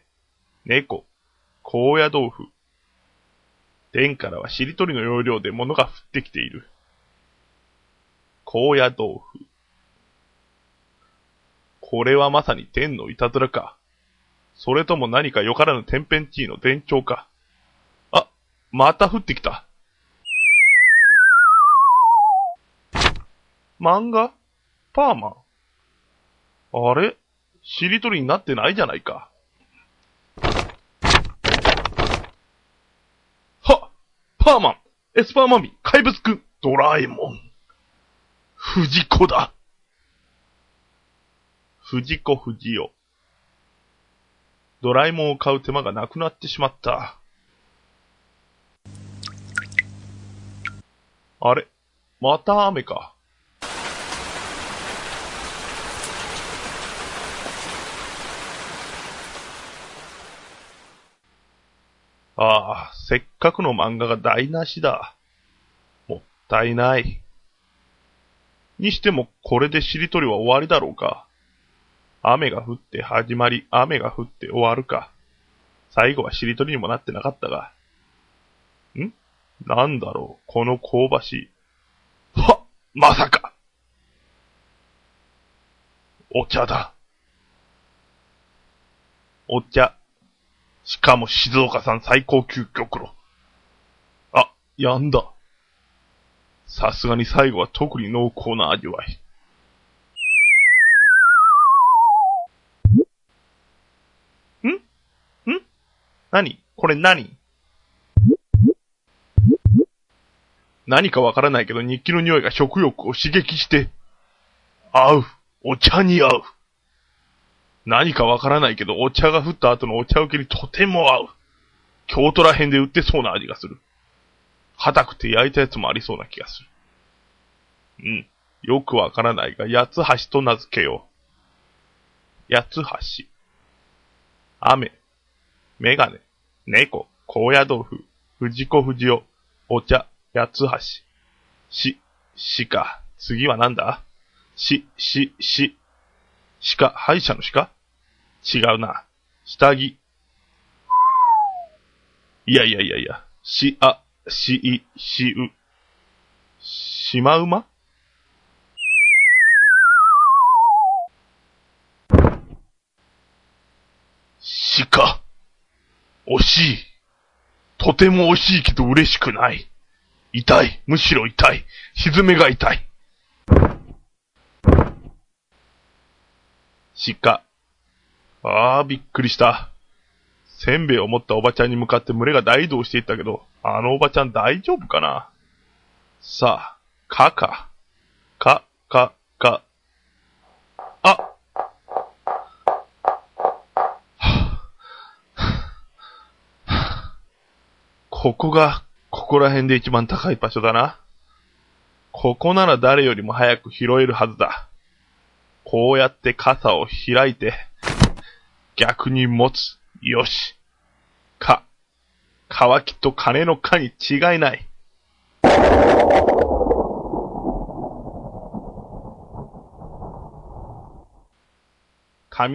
猫、高野豆腐。天からはしりとりの要領で物が降ってきている。高野豆腐。これはまさに天のいたずらか。それとも何かよからぬ天変地異の前兆か。あ、また降ってきた。漫画パーマンあれしりとりになってないじゃないか。はパーマンエスパーマミ怪物くんドラえもん藤子だ藤子不二雄。ドラえもんを買う手間がなくなってしまった。あれまた雨か。ああ、せっかくの漫画が台無しだ。もったいない。にしても、これでしりとりは終わりだろうか。雨が降って始まり、雨が降って終わるか。最後はしりとりにもなってなかったが。んなんだろう、この香ばしい。はまさかお茶だ。お茶。しかも静岡産最高級玉露。あ、やんだ。さすがに最後は特に濃厚な味わい。んん何これ何何かわからないけど日記の匂いが食欲を刺激して、合う。お茶に合う。何かわからないけど、お茶が降った後のお茶受けにとても合う。京都ら辺で売ってそうな味がする。硬くて焼いたやつもありそうな気がする。うん。よくわからないが、八つ橋と名付けよう。八つ橋。雨。メガネ。猫。高野豆腐。藤子不二雄。お茶。八つ橋。し、しか。次はなんだし、し、し。鹿、歯医者の鹿違うな。下着。いやいやいやいや。し、あ、し、い、し、う。しまうましか。惜しい。とても惜しいけど嬉しくない。痛い。むしろ痛い。蹄が痛い。鹿。ああ、びっくりした。せんべいを持ったおばちゃんに向かって群れが大移動していったけど、あのおばちゃん大丈夫かなさあ、かか。か、か、か。あはぁはぁはぁここが、ここら辺で一番高い場所だな。ここなら誰よりも早く拾えるはずだ。こうやって傘を開いて、逆に持つ。よし。か。乾きと金のかに違いない。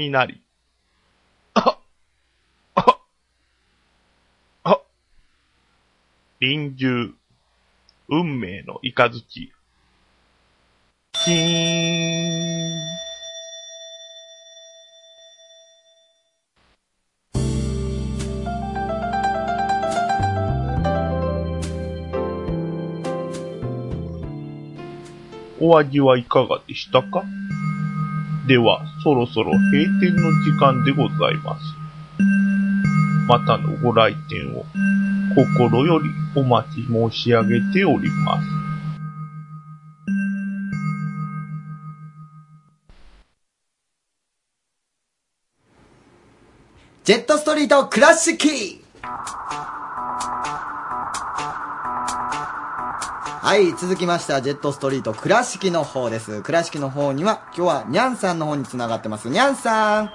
雷。あああ臨終。運命の雷。キーン。お味はいかがでしたかでは、そろそろ閉店の時間でございます。またのご来店を心よりお待ち申し上げております。ジェットストリートクラシッキーはい、続きましては、ジェットストリート倉敷の方です。倉敷の方には、今日はニャンさんの方に繋がってます。ニャンさん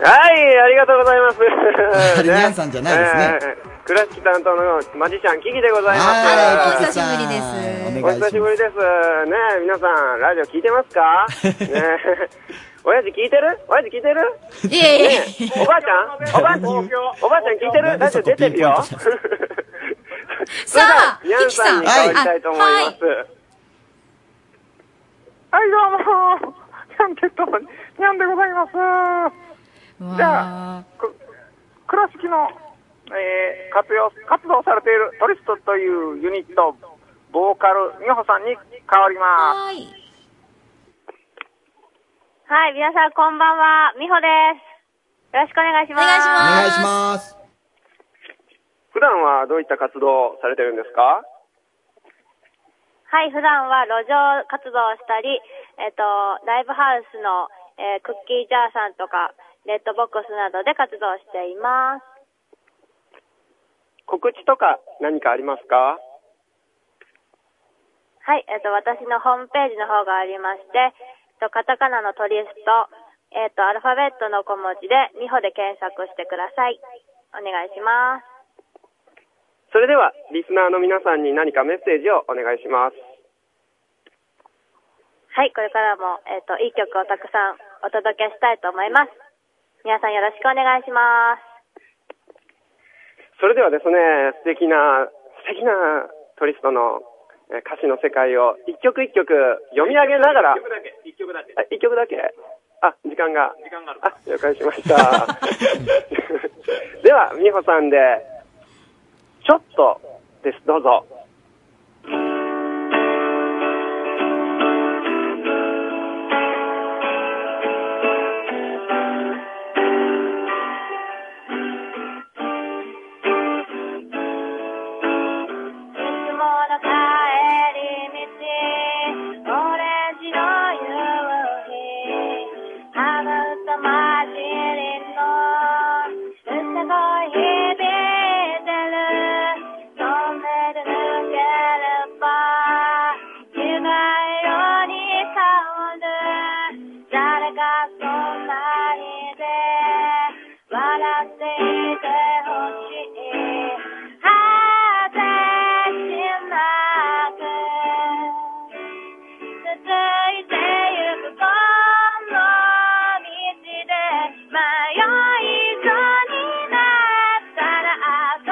はい、ありがとうございます。 あれニャンさんじゃないです ねね。倉敷担当のマジシャン、キキでございます。はいキキ久しぶりです。おお願いします久しぶりです。ねえ、皆さん、ラジオ聞いてます かねえ、親父聞いてる親父聞いてるいえいえねえおばあちゃんおばあちゃんおばあちゃん聞いてるラジオ出てるよ。さあ、ニャンさんにキキさん変わりたいと思います。はい、どうもニャンケットのニャンでございます。じゃあ、く倉敷の、えー活用、活動されているトリストというユニット、ボーカル、美穂さんに変わります。い。はい、皆さんこんばんは。みほです。よろしくお願いします。お願いしお願いします。普段はどういった活動をされてるんですはかい、普段は路上活動をしたり、えっ、と、ライブハウスの、えークッキージャーさんとか、レッドボックスなどで活動しています。告知とか何かありますかはい、えっ、と、私のホームページの方がありまして、えっと、カタカナのトリスト、えっ、と、アルファベットの小文字で、みほで検索してください。お願いします。それでは、リスナーの皆さんに何かメッセージをお願いします。はい、これからも、えっ、と、いい曲をたくさんお届けしたいと思います。皆さんよろしくお願いします。それではですね、素敵な、素敵なトリストのえー歌詞の世界を一曲一曲読み上げながら、一曲だけ。あ一曲だけあ、時間が。時間があるあ、了解しました。 では、美穂さんで、ちょっとです。どうぞ。いつもの帰り道オレンジの夕日花歌混じりの歌声響いてるトンネル抜ければ違うように変わる誰かそんなにで笑っていてほしい果てしなく続いてゆくこの道で迷いそうになったらと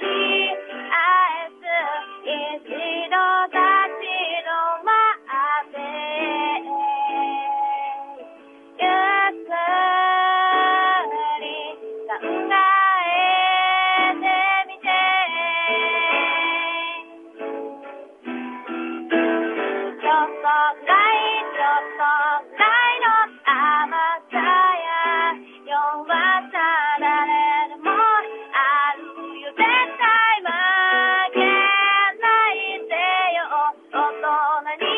りあえず一度立ち止まってゆっくり考えてみてちょっとぐらいちょっとぐらいの甘さや弱さ誰でもあるよ絶対負けないでよ大人にな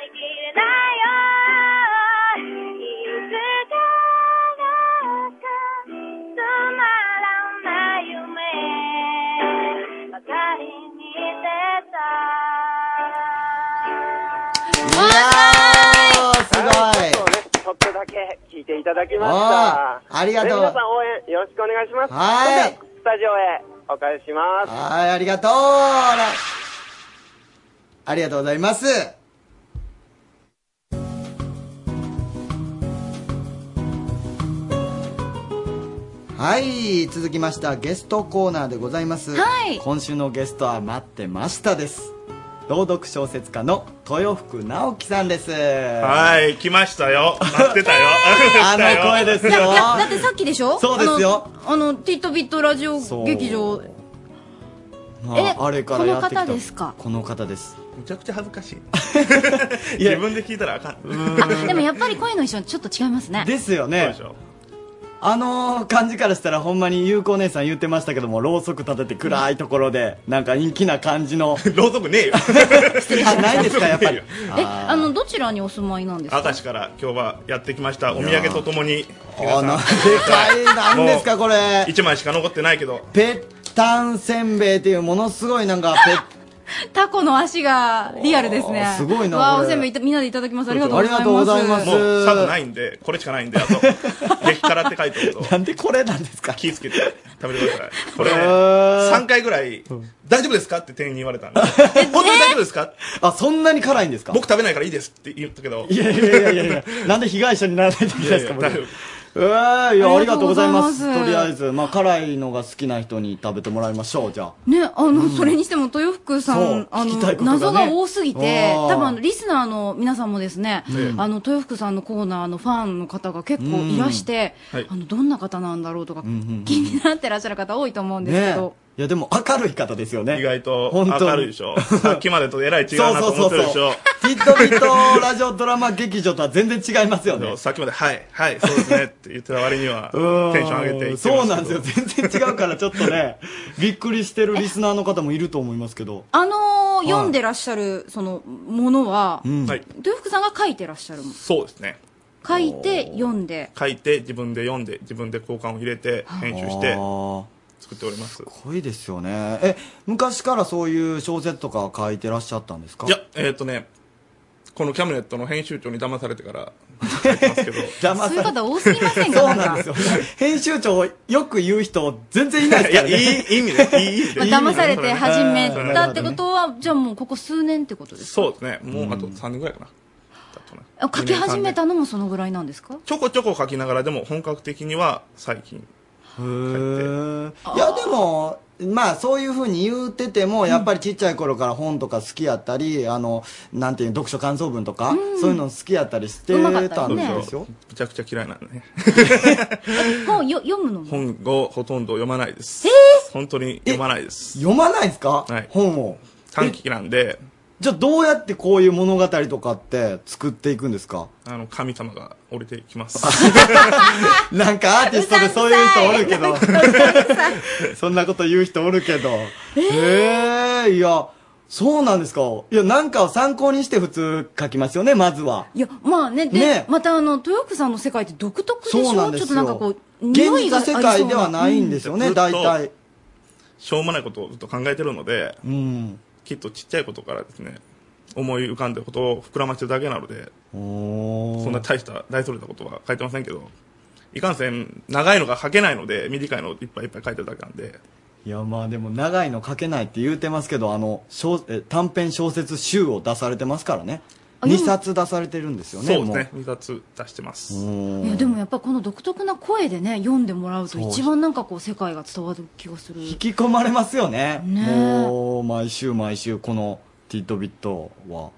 りきれないよいつからかつまらない夢ばかり見てたわーすごいそうね、ちょっとだけ聞いていただきましあた。ーありがとうね皆さん応援よろしくお願いします。はーいそれではスタジオへお返しします。はい、ありがとうらありがとうございます。はい、続きましてはゲストコーナーでございます。はい今週のゲストは待ってましたです。朗読小説家の豊福直樹さんです。ははい、来ましたよ。待ってたよ。あの声ですよいやいやだってさっきでしょそうですよあのあのティットビットラジオそう劇場まえあ、あれからやってきたこの方ですかこの方ですめちゃくちゃ恥ずかしい自分で聞いたらあかん。あ でもやっぱり声の一緒ちょっと違いますねですよねあの感じからしたらほんまに優子姉さん言ってましたけどもろうそく立てて暗いところでなんか陰気な感じの ろうそくねえ よあないですかやっぱりえあのどちらにお住まいなんですか明石から今日はやってきました。お土産とともに。あなんでかいなんですかこれ一枚しか残ってないけど。ぺったんせんべいっていうものすごいなんか タコの足がリアルですねあーすごいなわあこれおせんべいいたみんなでいただきますありがとうございますもうサブないんで、これしかないんで、あと、激辛って書いてると。なんでこれなんですか気ぃつけて食べてください。これね、3回ぐらい、大丈夫ですかって店員に言われたんで、本当に大丈夫ですかあそんなに辛いんですか僕食べないからいいですって言ったけど。いやいやいやいやい やなんで被害者にならないといけないですかいやいや僕うわーいやあありりがとうがとうごござざいいまますすとりあえず、まあ、辛いのが好きな人に食べてもらいましょうじゃあね、あの、それにしても豊福さ、そうんあ聞きたいの、ことがね謎が多すぎて、あー多分あの、リスナーの皆さんもですね、うんあの、豊福さんのコーナーのファンの方が結構いらして、うんはいあの、どんな方なんだろうとか、うんうんうん気になってらっしゃる方多いと思うんですけねど、いやでも明るい方ですよね意外と本当に明るいで しょ。さっきまでとえらい違うなと思ってるでしょ。ピットピットラジオドラマ劇場とは全然違いますよね。さっきまで、はい、はい、そうですねって言ってた割には、テ うんンション上げていってそまうすなけんどですよ。全然違うからちょっとね、 びっくりしてるリスナーの方もいると思いますけど。あのーい読んでらっしゃる、その、ものは、うんはい。豊福さんが書いてらっしゃるものそうですね。書いて、読んで、書いて、自分で読んで、自分で交換を入れて、編集して、作っております。すごいですよね。え、昔からそういう小説とか書いてらっしゃったんですかいや、えっ、とね、このキャムネットの編集長に騙されてから、 そういう方多すぎませんかそうななんんでかすよ。編集長、よく言う人、全然いないですからね。。いやいいいい意味でいい意 味でまあ騙されて始めたってこととは、じゃあもうここ数年ってことですそうですね。もうあと3年ぐらいかな。か書き始めた。たのもそのぐらいなんですかちょこちょこ書きながらでも本格的には最近。いや、でも、まあ、そういうふうに言うてても、やっぱりちっちゃい頃から本とか好きやったり、あの、なんていうの読書感想文とか、うんそういうの好きやったりしてうまかったたんりねですよ。めちゃくちゃ嫌いなんでね。本よ読むのも本をほとんど読まないです。え本当に読まないです。読まないですか、本を。短期なんで、じゃあ、どうやってこういう物語とかって作っていくんですかあの、神様が降りてきます。なんかアーティストでそういう人おるけど。そんなこと言う人おるけど。へえ、いや、そうなんですか。いや、なんかを参考にして普通書きますよね、まずは。いや、まあね、で、ねまたあの、豊福さんの世界って独特でしょそうなんですちょよっとなんかこう、現匂いがあ実りそう世界ではないんですよね、ずっと大体。しょうもないことをずっと考えてるので、きっとちっちゃいことからですね、思い浮かんだことを膨らましてるだけなので、そんな大した、大それたことは書いてませんけど、いかんせん、長いのが書けないので、短いのをいっぱいいっぱい書いてるだけなんで、いや、まあでも長いの書けないって言うてますけど、あの、小え短編小説集を出されてますからね。2冊出されてるんですよね、そうですね、2冊出してます。いやでもやっぱこの独特な声でね読んでもらうそとう一番なんかこう世界が伝わる気がする引き込まれますよねねえもう毎週毎週この「ティットビット」は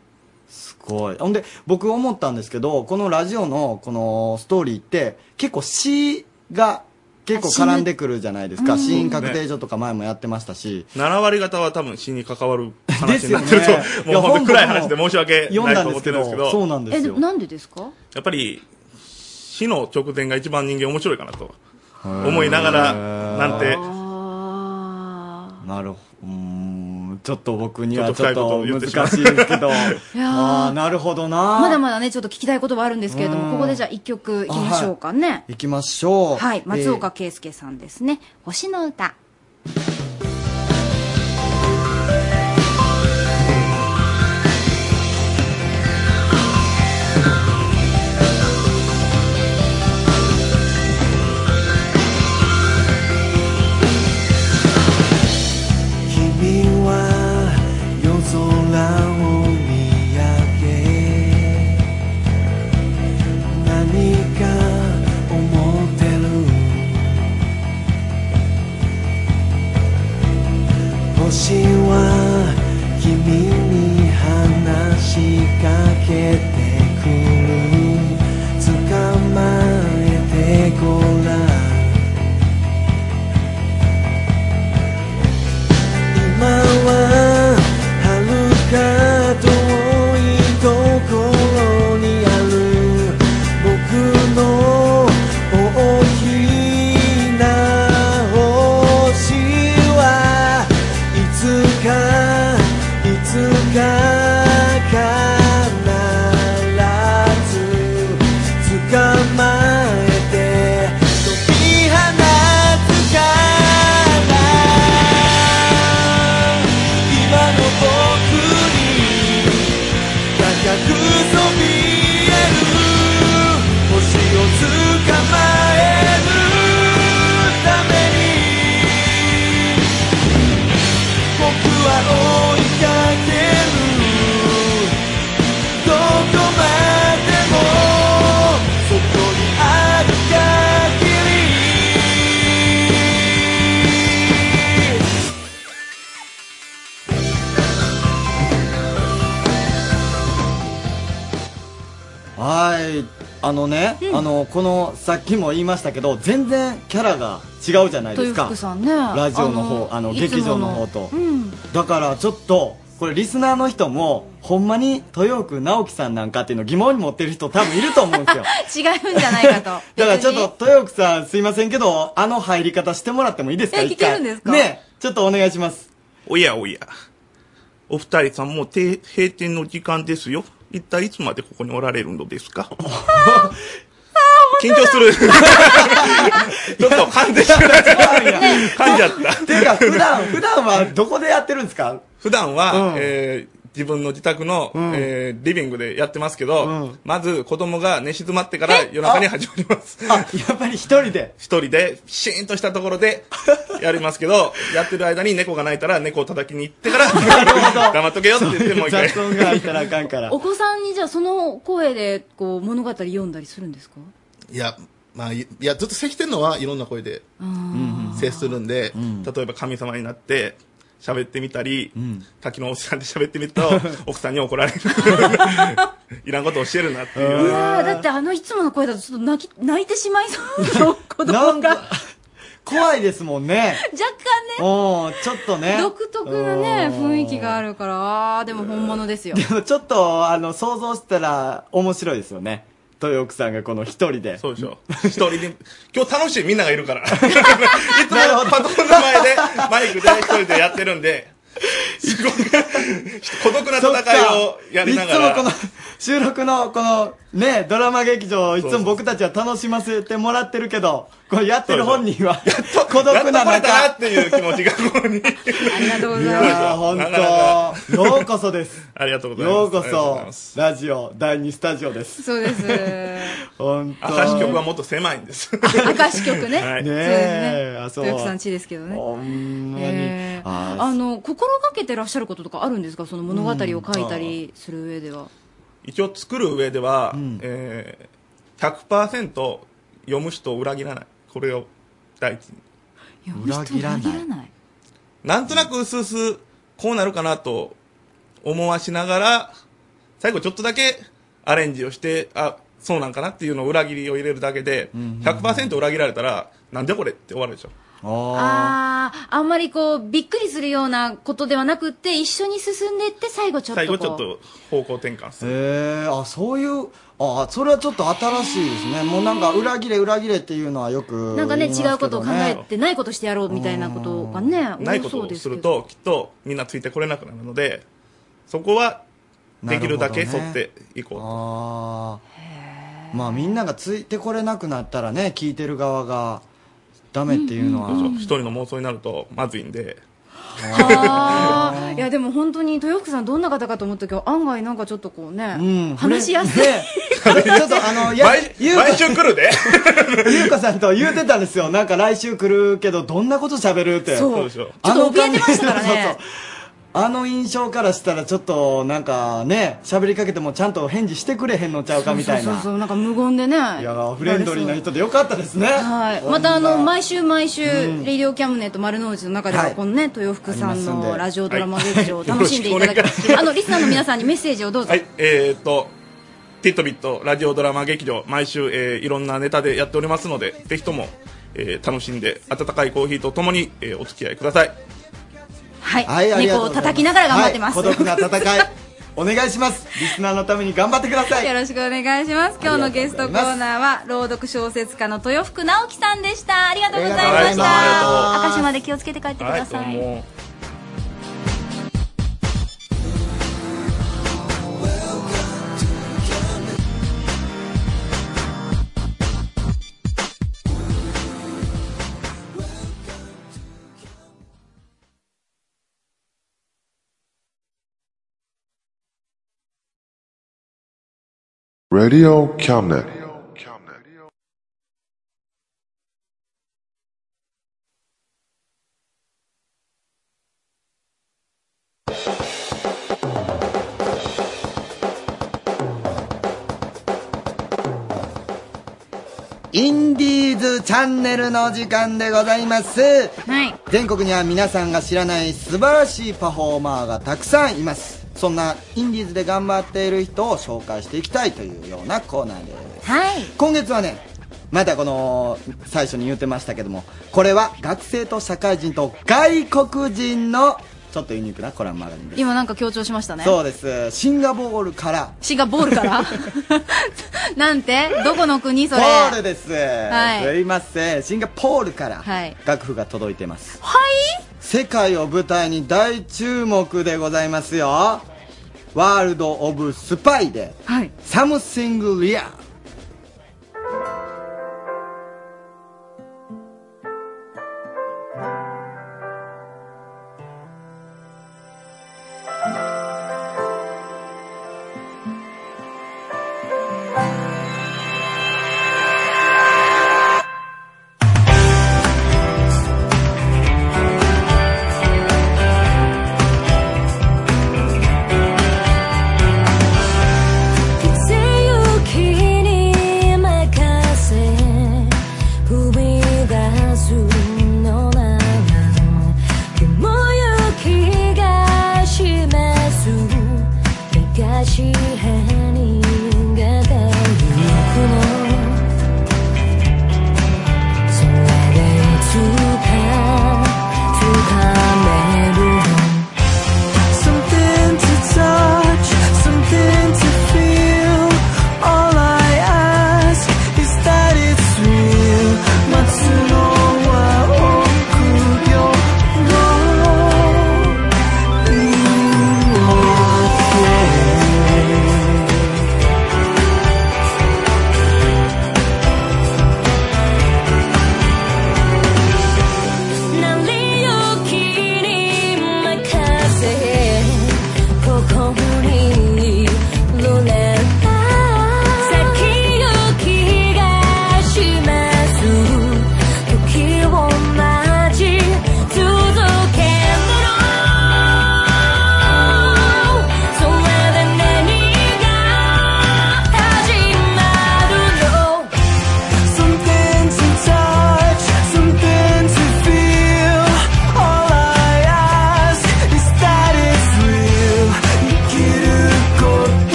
すごいほんで僕思ったんですけどこのラジオのこのストーリーって結構詩が結構絡んでくるじゃないですうかん死因確定所とか前もやってましたし7割方は多分死に関わるです話によなねってると、いやもう本当暗い本話当でもう申し訳読んないだとん思ですってけどるんですけど、そうなんですえでよもなんでですかやっぱり死の直前が一番人間面白いかなと思いながらなんてなるほどうーんちょっと僕にはちちょょっっとと深いことを言難ってししまったいですけどいやーああなるほどなまだまだねちょっと聞きたいことはあるんですけれどうもんここでじゃあ一曲いきましょうかね行きましょうはい松えー岡圭介さんですね「星の歌君は夜空を見上げ何か思ってる星は君に話しかけてくる捕まえてごらん今は遥か遠いところにある僕の大きな星はいつかいつか必ず捕まえて飛び放つから今の僕に高くそびえる星を捕まえるために僕は追いかけるどこまでもそこにある限りはいあのね、あのこのさっきも言いましたけど全然キャラが違うじゃないです豊か福さんねラジオの方あのいつも劇場の方とうんだからちょっとこれリスナーの人もほんまに豊福直樹さんなんかっていうの疑問に持ってる人多分いると思うん ですよ違うんじゃないかとだからちょっと豊福さんすいませんけどあの入り方してもらってもいいですかえ一回聞けるんですかねちょっとお願いしますおやおやお二人さんもうて閉店の時間ですよ一体いつまでここにおられるのです か緊張するちょっと噛んでしまった噛んじゃった ていうか普段普段はどこでやってるんですか普段は、えー自分の自宅の、えーリビングでやってますけど、まず子供が寝静まってから夜中に始まります。あ、やっぱり一人で一人で、シーンとしたところでやりますけど、やってる間に猫が泣いたら猫を叩きに行ってから、黙っとけよって言ってもう一回。そういう雑音が入ったらあかん からお子さんにじゃあその声でこう物語読んだりするんですかいや、まあ、いいや、ずっと咳きてるのはいろんな声で接するんで、例えば神様になって、喋ってみたり、滝のおっさんで喋っ てみると、奥さんに怒られる。いらんこと教えるなっていいう。やーだってあのいつもの声だとちょっと泣き泣いてしまい そうな子供が若怖いですも んね。干おーちょっとねね。独特なね雰囲気があるからあーでも本 物ですよでもちょっと、あの、想像したら面白いですよね。豊奥さんがこの一人で。そうでしょ。一人で。今日楽しいみんながい るから。いつもパソコンの前で、マイクで一人でやってるんで、すごく孤独な戦いをやりながいつもらこの、収録のこのね、ドラマ劇場をいつも僕たちは楽しませてもらってるけど、これやってる本人は、 孤独やっとな来れたな中っ。ていう気持ちがここに。ありがとうごいざいやー、ほんなかなかと、ようこそです。ありがとうございます。ようこありがとうございますそ、ラジオ第2スタジオです。そうです。本当。明石局はもっと狭いんです。明石局ね、はいそねうですえねあそう豊福さん地ですけどねえーああの心がけてらっしゃることとかあるんですかその物語を書いたりする上では、一応作る上では、えー、100%読む人を裏切らない。これを第一に。裏切らない。なんとなく薄々こうなるかなと思わしながら、最後ちょっとだけアレンジをして、あ、そうなんかなっていうのを裏切りを入れるだけで、100%裏切られたら、なんでこれって終わるでしょ。あああんまりこうびっくりするようなことではなくって一緒に進んでいって最後ちょっと最こう後ちょっと方向転換する。へえあそういうあそれはちょっと新しいですねもうなんか裏切れ裏切れっていうのはよくなんか言ねいますけど違うことを考えてないことしてやろうみたいなことがねない多ことそうをですると、きっとみんなついてこれなくなるので、そこはできるだけなるほどね沿っていこうと。あーまあみんながついてこれなくなったらね聞いてる側がダメっていうのは、どうしよう一人の妄想になるとまずいんで。あーいやでも本当に豊福さんどんな方かと思ったけど案外なんかちょっとこうね、うん話しやすい、ねち ょっとあのや毎ゆうこ毎週来るで ゆうこさんと言うてたんですよなんか来週来るけどどんなこと喋るってそうそうちょっと怯えてましたからねあの感じ そうそうあの印象からしたらちょっとなんかね喋りかけてもちゃんと返事してくれへんのちゃうかみたいなそうそうそうそうなんか無言でねいやーフレンドリーな人でよかったですねはい、こんなまたあの毎週毎週、うんレイディオキャムネット丸の内の中では、このね、豊福さんありますんのでラジオドラマ劇場を楽しんでいただき、あのリスナーの皆さんにメッセージをどうぞ。はい、えー、っと、ティットビットラジオドラマ劇場、毎週、えーいろんなネタでやっておりますので、ぜひとも、えー楽しんで、温かいコーヒーとともに、えーお付き合いください。はい、はいありが猫とうをございます叩きながら頑張ってます。はい孤独な戦いお願いしますリスナーのために頑張ってください よろしくお願いします。今日のゲストコーナーは朗読小説家の豊福直樹さんでした。ありがとうございましありがとうた。明石まで気をつけて帰ってください。 Radio Cabinet. インディーズチャンネルの時間でございます、全国には皆さんが知らない素晴らしいパフォーマーがたくさんいますそんなインディーズで頑張っている人を紹介していきたいというようなコーナーです、今月はねまたこの最初に言ってましたけどもこれは学生と社会人と外国人のちょっとユニークなコラムマガジンです、今なんか強調しましたね。そうですシンガポールからシンガポールからなんてどこの国それポールです、はいすいませんシンガポールからはい楽譜が届いてますはい世界を舞台に大注目でございますよワールド・オブ・スパイで「はい、サムシング・リア」 「그 oh,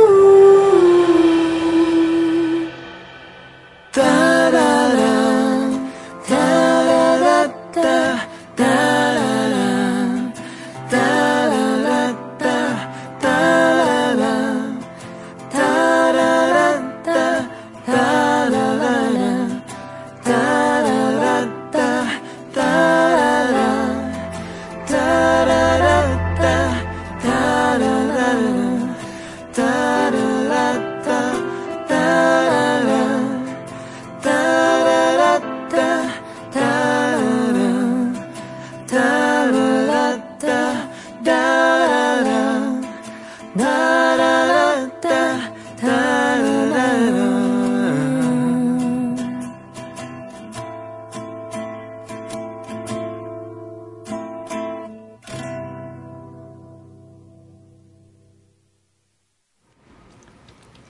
Oh,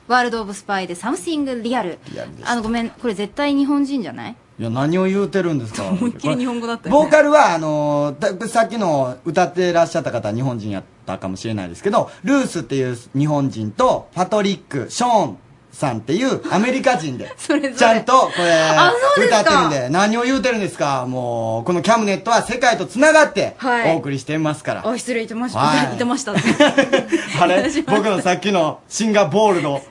ワールド・オブ・スパイでサムシング・リアル。あの、ごめん、これ絶対日本人じゃないいや、何を言うてるんですか思いっきり日本語だったよボーね。カルは、あのーださっきの歌ってらっしゃった方は日本人やったかもしれないですけど、ルースっていう日本人と、パトリック、ショーンさんっていうアメリカ人で、 それぞれちゃんとこあそうれ、です歌かってるんで、何を言うてるんですかもう、このキャムネットは世界と繋がって、はいお送りしてますから。あ、失礼いたしましはた。いいたました。あれ僕のさっきのシンガボールの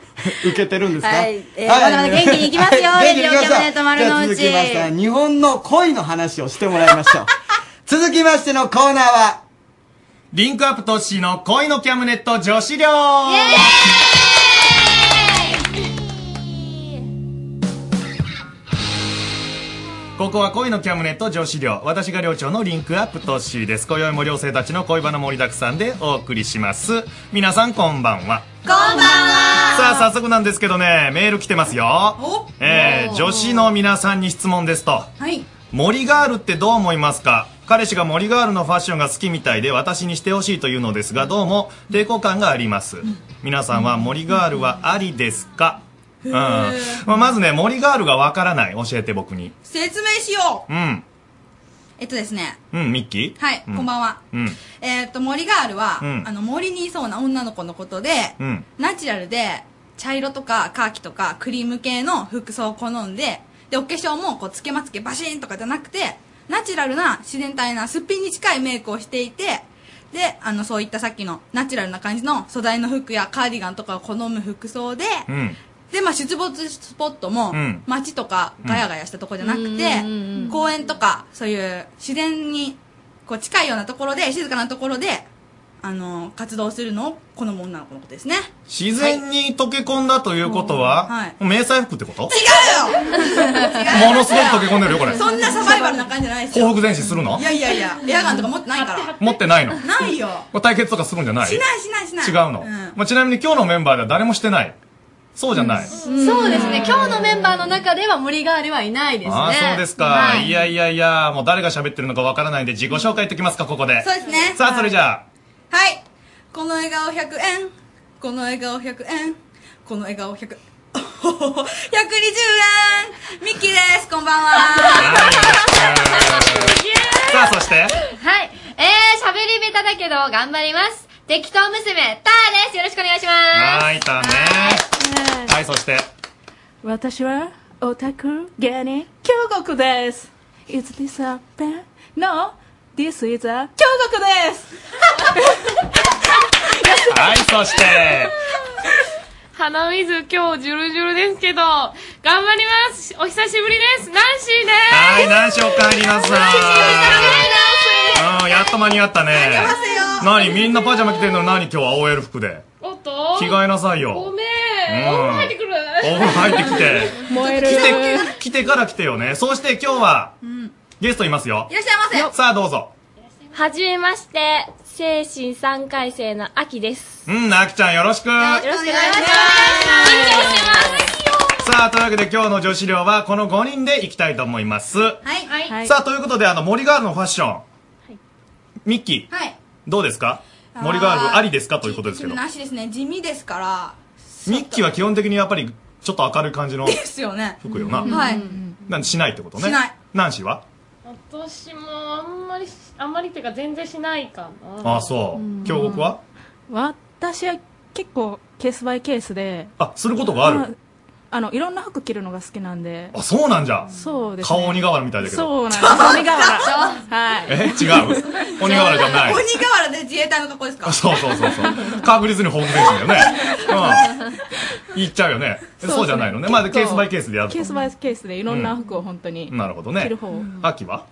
受けてるんですかはいえーまだまだ元気にいきます よはい元気にいきましょうレディオキャバレーと丸じの内ゃあ続きまして日本の恋の話をしてもらいましょう 続きましてのコーナーはリンクアップトッシーの恋のキャムネット女子寮ここは恋のキャムネット女子寮私が寮長のリンクアップトッシーです今宵も寮生たちの恋バナ盛りだくさんでお送りします皆さんこんばんはこんばんはさあ早速なんですけどねメール来てますよ、えー、女子の皆さんに質問ですとはい。森ガールってどう思いますか彼氏が森ガールのファッションが好きみたいで私にしてほしいというのですがどうも抵抗感があります、皆さんは森ガールはありですか、うんまあ、まずね森ガールがわからない教えて僕に説明しよううんえっとですね。うんミッキーはい、こんばんはは。うんえっと、森ガールは、うんあの、森にいそうな女の子のことで、うんナチュラルで、茶色とかカーキとかクリーム系の服装を好んで、で、お化粧もこう、つけまつけバシーンとかじゃなくて、ナチュラルな自然体なすっぴんに近いメイクをしていて、で、あの、そういったさっきのナチュラルな感じの素材の服やカーディガンとかを好む服装で、うんで、まあ、出没スポットも、うん街とかガヤガヤしたとこじゃなくて、公園とか、そういう自然にこう近いようなところで、静かなところで、あの、活動するのを好む女の子のことですね。自然に溶け込んだということは、はい迷彩服ってこと違ものすごく溶け込んでるよこれそんなサバイバルな感じじゃないですよ。報復前進するのいやいやいや、エアガンとか持ってないから。持ってないのないよ。これ対決とかするんじゃないしないしないしない。違うの、まあ、ちなみに今日のメンバーでは誰もしてないそうじゃない、そうですね。今日のメンバーの中では森ガールはいないですね。ああそうですか、、はいやいやいやもう誰が喋ってるのかわからないんで自己紹介いっときますかここでそうですね。さあそれじゃあはい。この笑顔100円。この笑顔100円。この笑顔100、120円ミッキーです。こんばんは。さあそしてはい。えー、喋り下手だけど頑張ります。適当娘、ターです。よろしくお願いします。はいたねはいそして私はオタク芸人京極です Is this a pen? No, this is a 京極ですはいそして鼻水今日ジュルジュルですけど、頑張りますお久しぶりですナンシーではい何しおかえりなさいうんやっと間に合ったね何みんなパジャマ着てんのに何今日は OL 服でーすおっと着替えなさいよごめうんんお風呂入ってくるお風呂入ってきて燃え来て来てから来てよねそして今日はゲストいますよいらっしゃいませさあどうぞはじめまして、精神3回生の秋です。うんあきちゃんよろしくよろしくお願いします。さあというわけで今日の女子寮はこの5人でいきたいと思います、はい。さあということであの森ガールのファッション、ミッキー、はいどうですかあー森ガールありですかということですけどなしですね。地味ですから。ミッキーは基本的にやっぱりちょっと明るい感じのですよね。服よな、はい。なんでしないってことねしないナンシーは私もあんまりし、あんまりっていうか全然しないかな。ああそう京極は私は結構ケースバイケースであすることがある、まあのいろんな服着るのが好きなんであそうなんじゃそうです、ね、顔鬼瓦みたいだけどそうなんです鬼瓦はいえ違 う 鬼瓦じゃない鬼瓦で自衛隊の格好ですかあそうそうそうそう確実にホームページだよね言っちゃうよねそうじゃないのねまあでケースバイケースでやるケースバイケースでいろんな服を本当になるほどね着る方秋は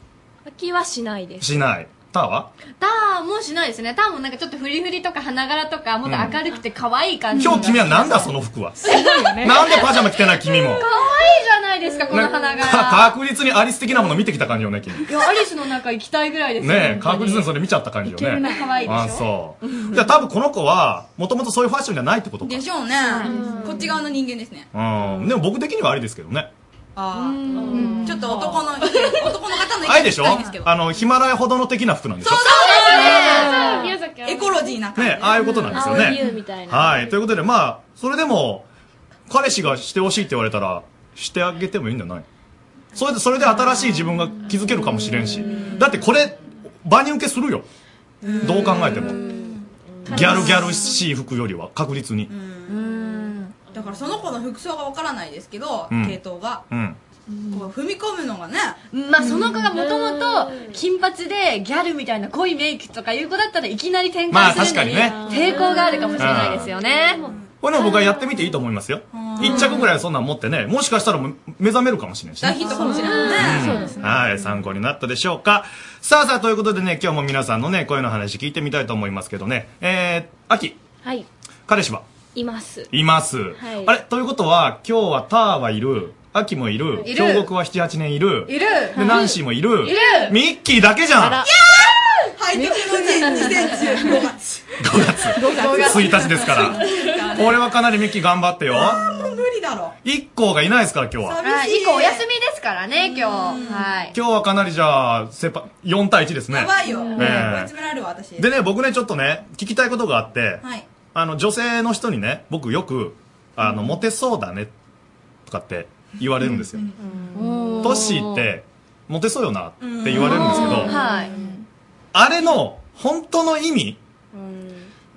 秋はしないです。しないターはターもしないですね。ターもなんかちょっとフリフリとか花柄とか、もっと明るくて可愛い感じ。今日君はなんだその服はすごいよねなんでパジャマ着てない君も可愛いじゃないですか、この花柄。か 確実にアリス的なもの見てきた感じよね君いや、アリスの中行きたいぐらいですよねえ確実にそれ見ちゃった感じよいけるなね可愛いでしょあそうじゃあ多分この子はもともとそういうファッションじゃないってことかでしょうね。こっち側の人間ですね。うんでも僕的にはありですけどねああ。ちょっと 男の、男の方の意見あれでしょ聞きたいんすけどあのヒマラヤほどの的な服なんでしょそうですね。宮崎エコロジーな感じ。ねああいうことなんですよねみたはい。ということで、まあ、それでも、彼氏がしてほしいって言われたらしてあげてもいいんじゃないそれでそれで新しい自分が気づけるかもしれんしだってこれ場に受けするよどう考えてもギャルギャルしい服よりは確実にだからその子の服装がわからないですけど、うん系統が、うんこう踏み込むのがねまあその子がもともと金髪でギャルみたいな濃いメイクとかいう子だったらいきなり展まあ開するのに確かにね抵抗があるかもしれないですよね。これでも僕はやってみていいと思いますよ一着ぐらいそんなん持ってねもしかしたらもう目覚めるかもしれんしね大ヒットかもしれないねそうですはい、参考になったでしょうか。さあさあ、ということでね、今日も皆さんのね、声の話聞いてみたいと思いますけどね。えー、秋、はい彼氏はいますいます。はいあれということは、今日はターはいる、秋もいる、いる京極は7、8年いる、いるで、ナンシーもいる、いるミッキーだけじ ゃんハイテクの自転車5月5 1日ですからこれはかなりミッキー頑張ってよ。もう無理だろ一行がいないですから、今日は。寂しい一個お休みですからね、今日。はい。今日はかなりじゃあ、セパ、4対1ですね。やばいよ、え追いえ詰められるわ私でね、僕ね、ちょっとね、聞きたいことがあって、はいあの、女性の人にね、僕よく、あの、モテそうだね、とかって言われるんですよ。トトッシーって、モテそうよな、って言われるんですけど、はい。あれの、本当の意味、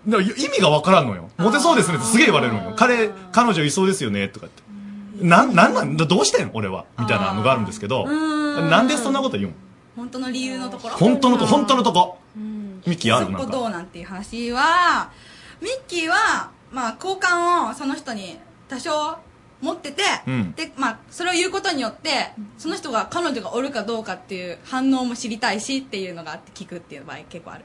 でも意味がわからんのよ。モテそうですねってすげえ言われるのよ。彼、彼女いそうですよね、とかって。なん、なんなんだどうしてん俺は。みたいなのがあるんですけど、うんなんでそんなこと言うん本当の理由のところ本当のと、本当のとこ。ミキあそるなこんどか。うなんていう話はミッキーは、まあ、好感をその人に多少持ってて、うんでまあ、それを言うことによってその人が彼女がおるかどうかっていう反応も知りたいしっていうのがあって聞くっていう場合結構ある、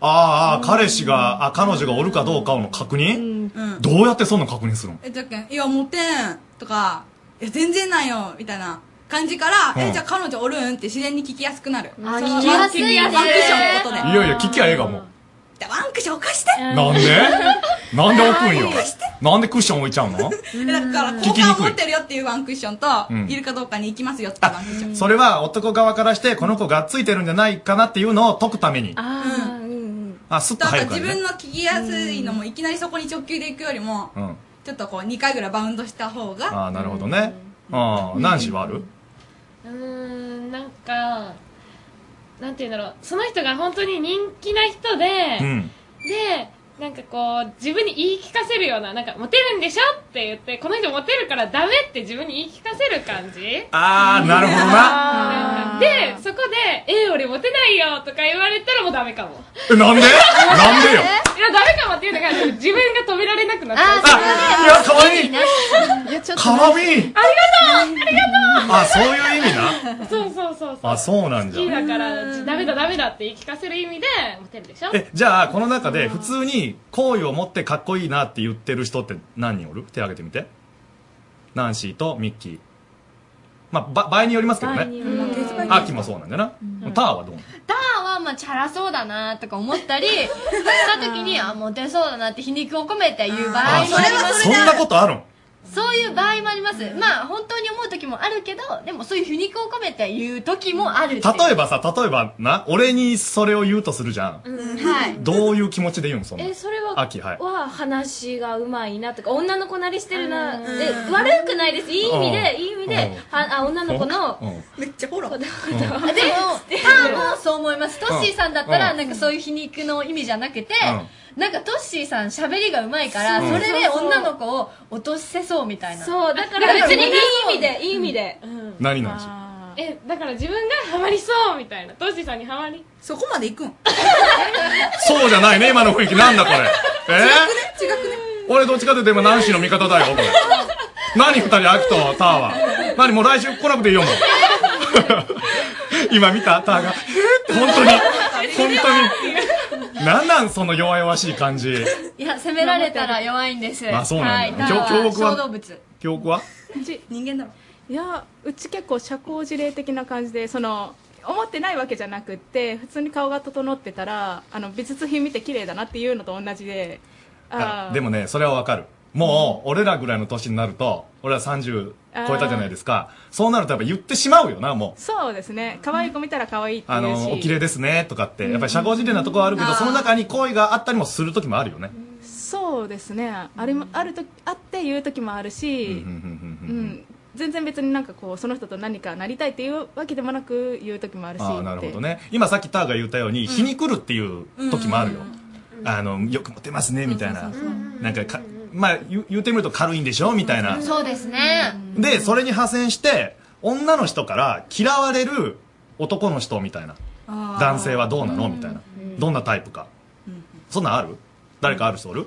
あーあー、彼氏が、あ、彼女がおるかどうかの確認うん、どうやってそんなの確認するのえじゃけん「いやモテん」とか「いや全然ないよ」みたいな感じから「うんえじゃあ彼女おるん?」って自然に聞きやすくなるあ聞きやすいねワンクションのことでいやいや、聞きゃええがもう。じゃあワンクション貸してなん でなんで置くんよワンクション貸して。なんでクッション置いちゃうの だから好聞きに感をくい持ってるよっていうワンクッションとうんいるかどうかに行きますよっていうワンクッションそれは男側からして、この子がっついてるんじゃないかなっていうのを解くために。ああ、スッととあ入とるか自ら分ね。の聞きやすいのもいきなりそこに直球で行くよりもうん。ちょっとこう2回ぐらいバウンドした方がああ、なるほどね。ああ、何時はあるうーんなんかなんて言うんだろうその人が本当に人気な人で、うん。でなんかこう自分に言い聞かせるようななんかモテるんでしょって言ってこの人モテるからダメって自分に言い聞かせる感じああ、なるほどな。なんかでそこで「え俺モテないよ」とか言われたらもうダメかもえ、なんでなんでよ。いやダメかもっていうのが自分が止められなくなっちゃうあそれねいやいやちょかわいいありがとうありがとうあそういう意味なそうそうそうそうあ、そうなん好じきゃ。だからダメだダメだって言い聞かせる意味でモテるでしょえ、じゃあ、この中で普通に好意を持ってかっこいいなって言ってる人って何人おる手挙げてみて。ナンシーとミッキー。まあ、ば場合によりますけどね場合によります。秋もそうなんだよな。ターはどうターはまあチャラそうだなとか思ったりした時にあモテそうだなって皮肉を込めて言う場合もあありますそんなことあるんそういう場合もありますまあ本当に思う時もあるけどでもそういう皮肉を込めて言う時もあるっていう例えばさ、例えばな、俺にそれを言うとするじゃん。うんはいどういう気持ちで言うんその。えそれは秋、はい。は話がうまいなとか女の子なりしてるなうんえ悪くないですいい意味うんでいい意味でうんはあ女の子のうんめっちゃフォロー でも、ターもそう思います。トッシーさんだったら、なんかそういう皮肉の意味じゃなくて、なんかトッシーさん喋りがうまいから、うんそれで女の子を落とせそうみたいな。そうだから別にいい意味でいい意味で何なんしえだから自分がハマりそうみたいなトッシーさんにハマりそこまでいくんそうじゃないね、今の雰囲気。なんだこれ。え違くねー、俺どっちかというと今、ナンシーの味方だよ、これ。何二人、秋とターは。何もう来週来なくていいよ、もう。 今見たターが。えー、本当に。本当に。なんなん、その弱々しい感じ。いや、責められたら弱いんです。まあそうなんだはい強強国は小動物。記憶は人間だろいやうち結構社交辞令的な感じでその思ってないわけじゃなくって普通に顔が整ってたらあの美術品見て綺麗だなっていうのと同じであーでもね、それはわかる。もう、俺らぐらいの年になると、俺ら30超えたじゃないですか。そうなるとやっぱ言ってしまうよな、もう。そうですね可愛い子見たら可愛いってあ言うの、おし綺麗ですね、とかって。やっぱり社交辞令なとこはあるけうんど、その中に恋があったりもする時もあるよね。そうですねあれもあるとあってって言う時もあるし、うん、全然別になんかこうその人と何かなりたいっていうわけでもなく言う時もあるしああなるほってどね今さっきターが言ったように、皮肉るっていう時もあるよ、あのよくモテますねみたいな、なんかかまあ言う言ってみると軽いんでしょみたいな、そうですね。でそれに派生して女の人から嫌われる男の人みたいな男性はどうなのみたいな、どんなタイプか、そんなんある誰かある人おる、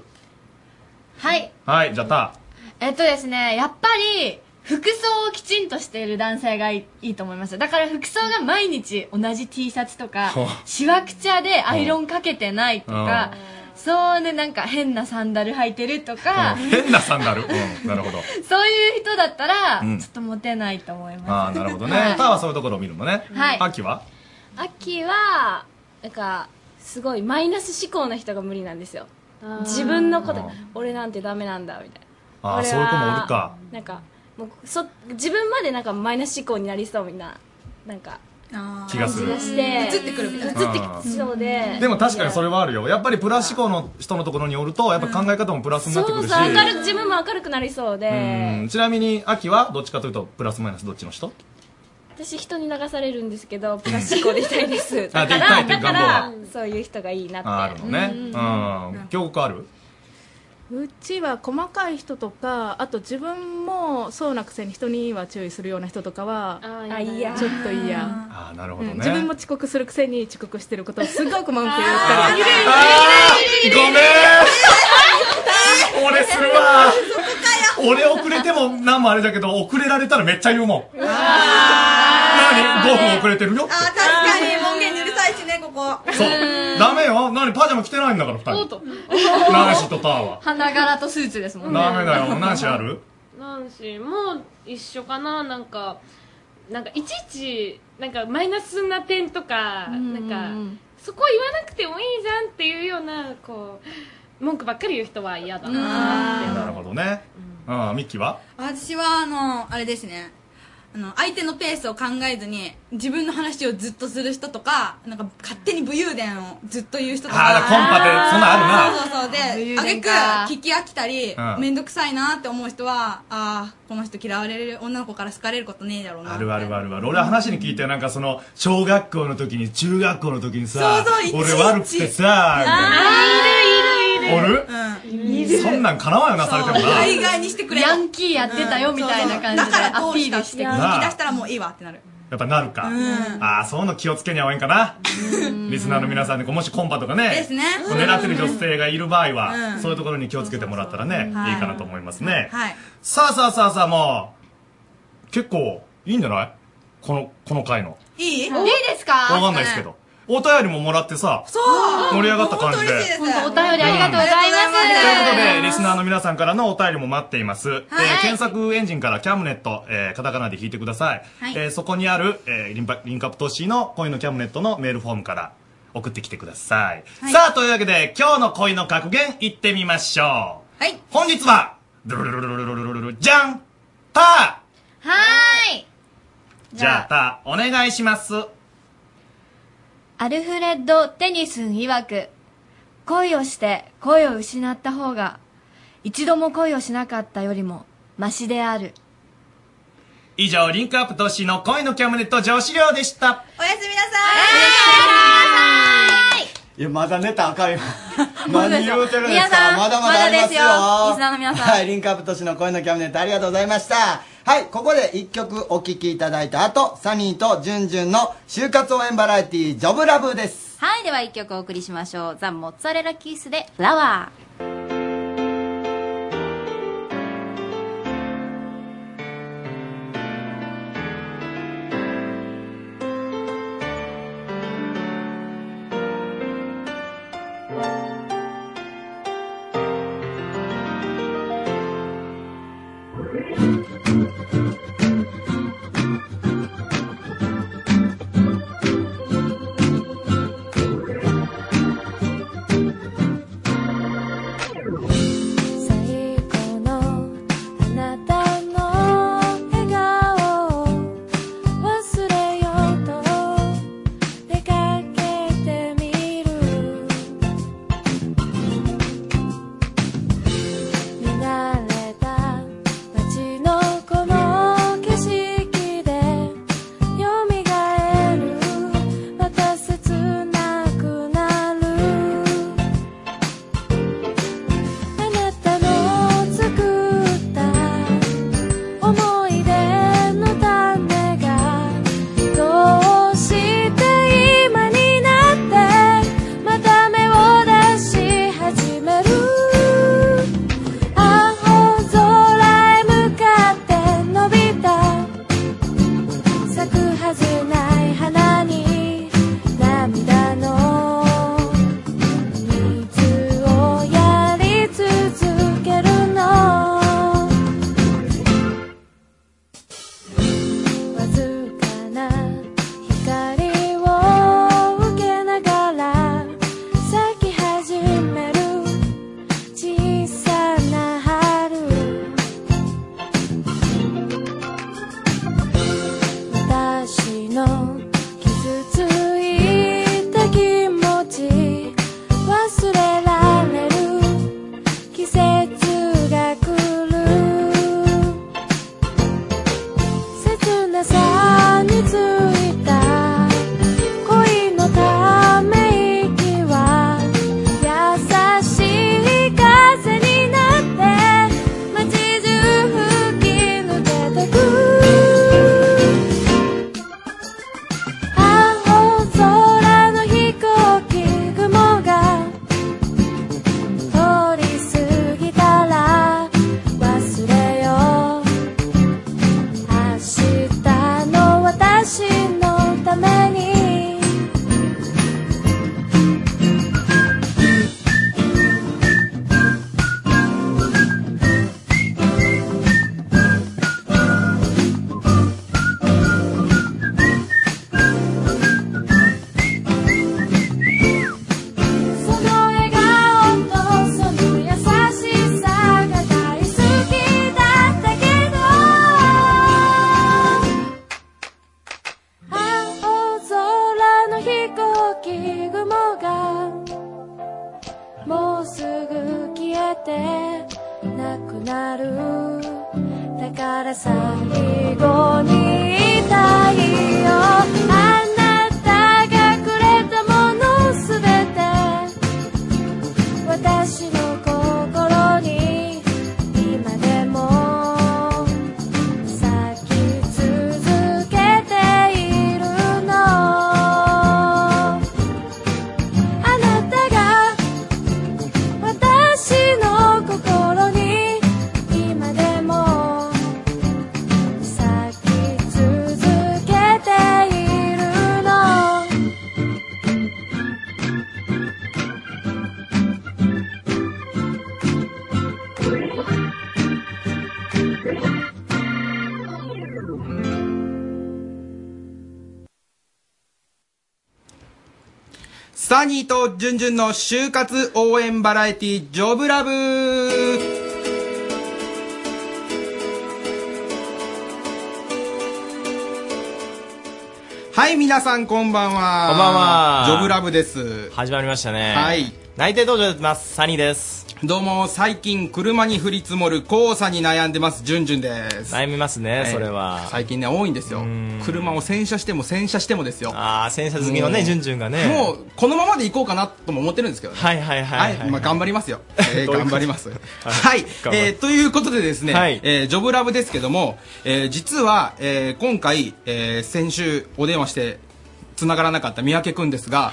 はい。はいじゃあタえっとですね、やっぱり、服装をきちんとしている男性がいいいいと思いますだから服装が毎日同じ T シャツとかほうしわくちゃでアイロンかけてないとかそうねなんか変なサンダル履いてるとーかうん変なサンダル、うん、なるほどそういう人だったらうんちょっとモテないと思いますああなるほどね、はいターはそういうところを見るのね、はい秋は秋はなんかすごいマイナス思考な人が無理なんですよ自分のこと俺なんてダメなんだみたいなああ俺はそういう子もおるかなんかもうそ自分までなんかマイナス思考になりそうみんななんか気がする感じがして移ってくるみたいな移ってきそうででも確かにそれはあるよやっぱりプラス思考の人のところにおるとやっぱ考え方もプラスになってくそるしうそう明るく自分も明るくなりそうでうんちなみに秋はどっちかというとプラスマイナスどっちの人私人に流されるんですけどプラス思考でいたいです あだでいたいっからていだうか願望はらそういう人がいいなってあるのねううんん京極あるうちは細かい人とかあと自分もそうなくせに人には注意するような人とかはあいやちょっと嫌あなるほうどねん自分も遅刻するくせに遅刻してることをすごく文句言うからあーごめん俺するわ俺遅れても何もあれだけど遅れられたらめっちゃ言うもん何5分遅れてるよ確かに門限にうるさいしねここそうダメよ何パジャマ着てないんだから2人ナンシー とターは花柄とスーツですもんねダメだよナンシーあるナンシーも一緒かななんかなんかいちいちなんかマイナスな点とかなんかそこ言わなくてもいいじゃんっていうようなこう文句ばっかり言う人は嫌だなって思うなるほどねうんミッキーは私はあのあれですねあの相手のペースを考えずに自分の話をずっとする人とかなんか勝手に武勇伝をずっと言う人とかあーコンパでそんなんあるなそうそうそうで武あげ勇伝くか聞き飽きたりうん面倒くさいなって思う人はああこの人嫌われる女の子から好かれることねえだろうなあるあるあるある俺は話に聞いてなんかその小学校の時に中学校の時にさそうそういちいち俺悪くてさみたいなーいるいるいるあうんいるそんなんかなわんよなされてもな大概にしてくれヤンキーやってたよみたいな感じでうんそうそうだからどうしたアピールしていや聞き出したらもういいわってなるやっぱなるか、うんああそういうの気をつけにゃおえんかなリスナーの皆さんでこうもしコンパとかねですねこう狙ってる女性がいる場合は、うんそういうところに気をつけてもらったらね、はいいいかなと思いますね、はいさあさあさあさあもう結構いいんじゃないこのこの回のいいいいですかわかんないですけど、お便りももらってさそう盛り上がった感じで本当お便りありがとうございます。ということで、リスナーの皆さんからのお便りも待っています。えー検索エンジンからキャムネット、えーカタカナで引いてください。はいえーそこにある、えーリンパリンカップトッシーの恋のキャムネットのメールフォームから送ってきてください。さあ、というわけで、今日の恋の格言いってみましょう。はい。本日は、ドゥルルルルルルルルルじゃんタはーい。ーじゃあ、ター、お願いします。アルフレッド・テニスン曰く、恋をして恋を失った方が、一度も恋をしなかったよりも、マシである。以上、リンクアップトッシーの恋のキャムネット上司寮でした。おやすみなさいや、まだネタあ かんよ。何言うてるんです皆さかんまだまだありますよ。まだですよリスナーの皆さんはい、リンクアップ都市の声のキャムネットありがとうございました。はい、ここで一曲お聴きいただいた後、サニーとジュンジュンの就活応援バラエティジョブラブです。はいでは一曲お送りしましょうザ・モッツァレラキースでフラワー「なるだから最後に言いたいよあなたがくれたものすべて私の心に今でも咲き続けているのあなたが私の心に今でも咲き続けているのサニーとジュンジュンの就活応援バラエティジョブラブはい、皆さんこんばんは。こんばんは。ジョブラブです。始まりましたね。はい。内定登場します。サニーです。どうも、最近車に降り積もる黄砂に悩んでます、ジュンジュンです。悩みますね、はいそれは。最近ね、多いんですよ。車を洗車しても洗車してもですよ。ああ、洗車好きのね、ジュンジュンがね。もう、このままでいこうかなとも思ってるんですけどね。はいはいはいはいまあ頑張りま すよ。えーどういうこと頑張ります。はい、えーということでですね、えージョブラブですけども、えー実は、えー今回、えー先週お電話して、繋がらなかった三宅くんですが、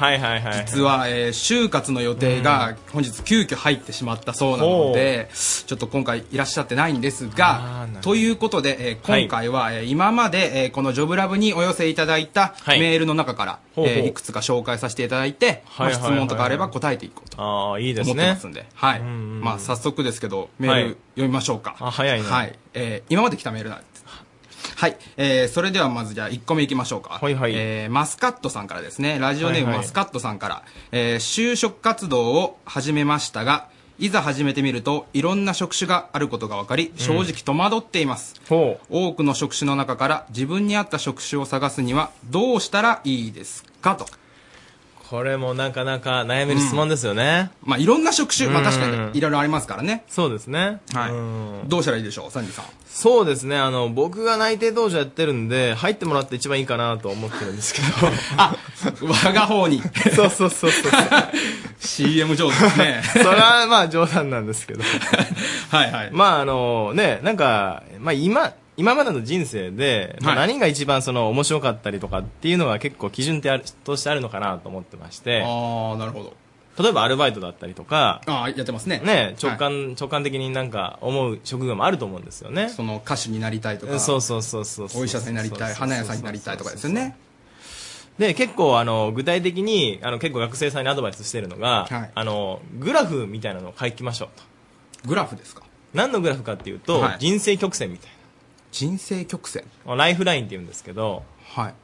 実は、えー就活の予定が本日急遽入ってしまったそうなので、ちょっと今回いらっしゃってないんですが、ということで、えー今回は、えー今まで、えーこのジョブラブにお寄せいただいたメールの中から、ほうほうえーいくつか紹介させていただいて、まはいあはいはい質問とかあれば答えていこうとああ、いいです思ね。ってますんで、はい。まあ早速ですけど、メーはいル読みましょうか。早いねはい。えー今まで来たメールなんです。はい、えーそれではまずじゃあ1個目いきましょうか、はいはいえーマスカットさんからですねラジオネームはいはいマスカットさんから、えー就職活動を始めましたがいざ始めてみるといろんな職種があることが分かり正直戸惑っています、多くの職種の中から自分に合った職種を探すにはどうしたらいいですかとこれもなかなか悩める質問ですよね。まあいろんな職種、まあ、うん確かにいろいろありますからねそうですね。はいどうしたらいいでしょうサニーさんそうですね、あの、僕が内定登場やってるんで、入ってもらって一番いいかなと思ってるんですけど。あ、我が方に。そうそうそうそう。 CM 上手ですね。それはまあ冗談なんですけど。はいはい。まああのね、なんか、まあ今、今までの人生で、まあ何が一番その面白かったりとかっていうのが結構基準ってあるとしてあるのかなと思ってまして。ああ、なるほど。例えばアルバイトだったりとか、ああやってますねね直感、直感的になんか思う職業もあると思うんですよね。その歌手になりたいとかそうそうそうそうそう。お医者さんになりたい花屋さんになりたいとかですよね。で、結構、あの、具体的に、あの、結構学生さんにアドバイスしてるのが、あの、グラフみたいなのを書きましょうと。グラフですか何のグラフかっていうと、はい人生曲線みたいな。人生曲線ライフラインって言うんですけど、はい。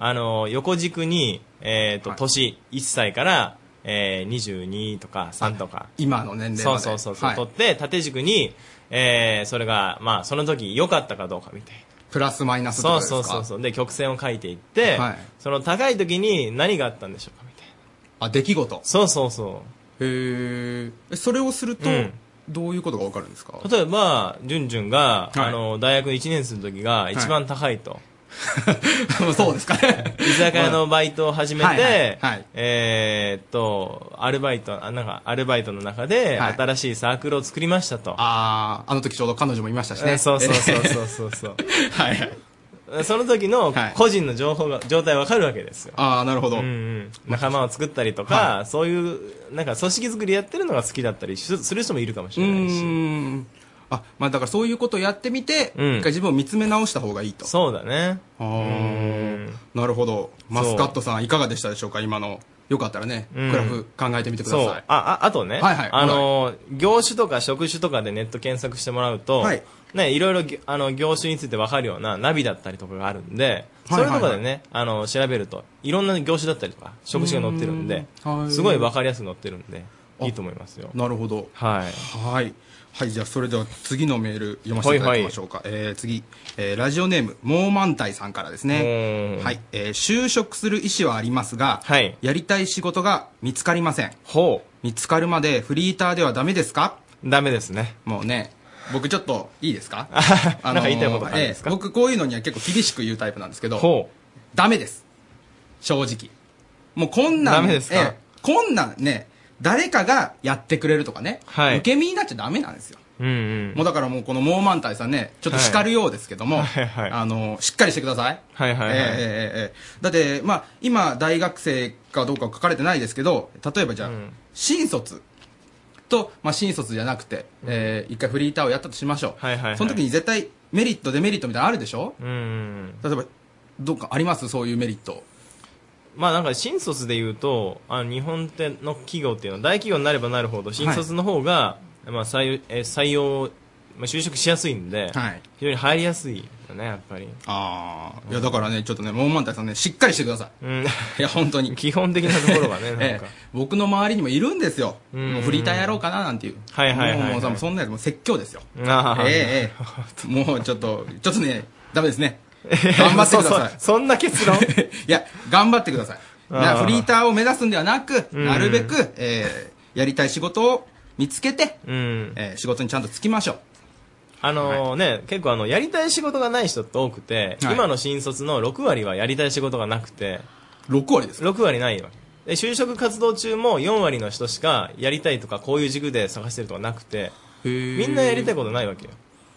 あの、横軸に、えっ、と、年1歳から、えー、22とか3とか。今の年齢までそうそうそう。はい取って、縦軸に、えー、それが、まあ、その時良かったかどうかみたいな。プラスマイナスとかそうですかそうそうそう。で、曲線を書いていって、はいその高い時に何があったんでしょうかみたいな。あ、出来事。そうそうそう。へえ。それをすると、うんどういうことがわかるんですか例えば、ジュンジュンが、あの、大学1年生の時が一番高いと。 そうですかね。 居酒屋のバイトを始めはいはて、えーっと、アルバイト、あなんか、アルバイトの中で、はい新しいサークルを作りましたと。ああ、あの時ちょうど彼女もいましたしね。そうそうそう そうそうそう。はい。その時の個人の情報が、状態わかるわけですよ。ああ、なるほど。うんうん仲間を作ったりとか、そういう、なんか組織作りやってるのが好きだったりしする人もいるかもしれないし。あ、まあだからそういうことをやってみて、一回自分を見つめ直した方がいいと。そうだね。あーなるほど。マスカットさんいかがでしたでしょうか今の。よかったらね、うんグラフ考えてみてくだそさうい。。あ、ああとね、はいはいあのー、業種とか職種とかでネット検索してもらうと、はいね、いろいろぎ、あの、業種についてわかるようなナビだったりとかがあるんで、はいはいはいそういうとこでね、あの、調べると、いろんな業種だったりとか、職種が載ってるんで、うんはいすごいわかりやすく載ってるんで、いいと思いますよ。なるほど。はい。はい。はい、じゃあそれでは次のメール読ませていただきましょうか。えー次、えーラジオネーム、モーマンタイさんからですね。はい、えー就職する意思はありますが、やりたい仕事が見つかりません。見つかるまでフリーターではダメですかダメですね。もうね、僕ちょっといいですか なんか言いたいことがあるんですか、ええ僕こういうのには結構厳しく言うタイプなんですけどダメです正直もうこんなんダメですかええこんなんね誰かがやってくれるとかね、はい受け身になっちゃダメなんですようんうんもうだからもうこのモーマンタイさんねちょっと叱るようですけども、あのしっかりしてくださいはいはいはいええええええだって、まあ、今大学生かどうかは書かれてないですけど例えばじゃあ、新卒と、まあ、新卒じゃなくて、えー一回フリーターをやったとしましょう、その時に絶対メリットデメリットみたいなのあるでしょうん例えばどっかありますそういうメリットまあなんか新卒で言うとあの日本の企業っていうのは大企業になればなるほど新卒の方が、まあ、採用え採用、まあ、就職しやすいんで、はい非常に入りやすいよねやっぱりああいやだからねちょっとねモーマンタイさんねしっかりしてください、うんいや本当に基本的なところ がねなんか僕の周りにもいるんですよ、うんもうフリーターやろうかななんていうはいはいはいはいもうもうさそんなやつもう説教ですよあーええええもうちょっとちょっとねダメですね頑張ってくださいそんな結論 いや頑張ってくださいなあーフリーターを目指すんではなくうんなるべく、えーやりたい仕事を見つけて、 うんえー仕事にちゃんとつきましょうあのね、結構あのやりたい仕事がない人って多くて、はい今の新卒の6割はやりたい仕事がなくて6割ですか6割ないわで就職活動中も4割の人しかやりたいとかこういう軸で探してるとかなくてみんなやりたいことないわけよ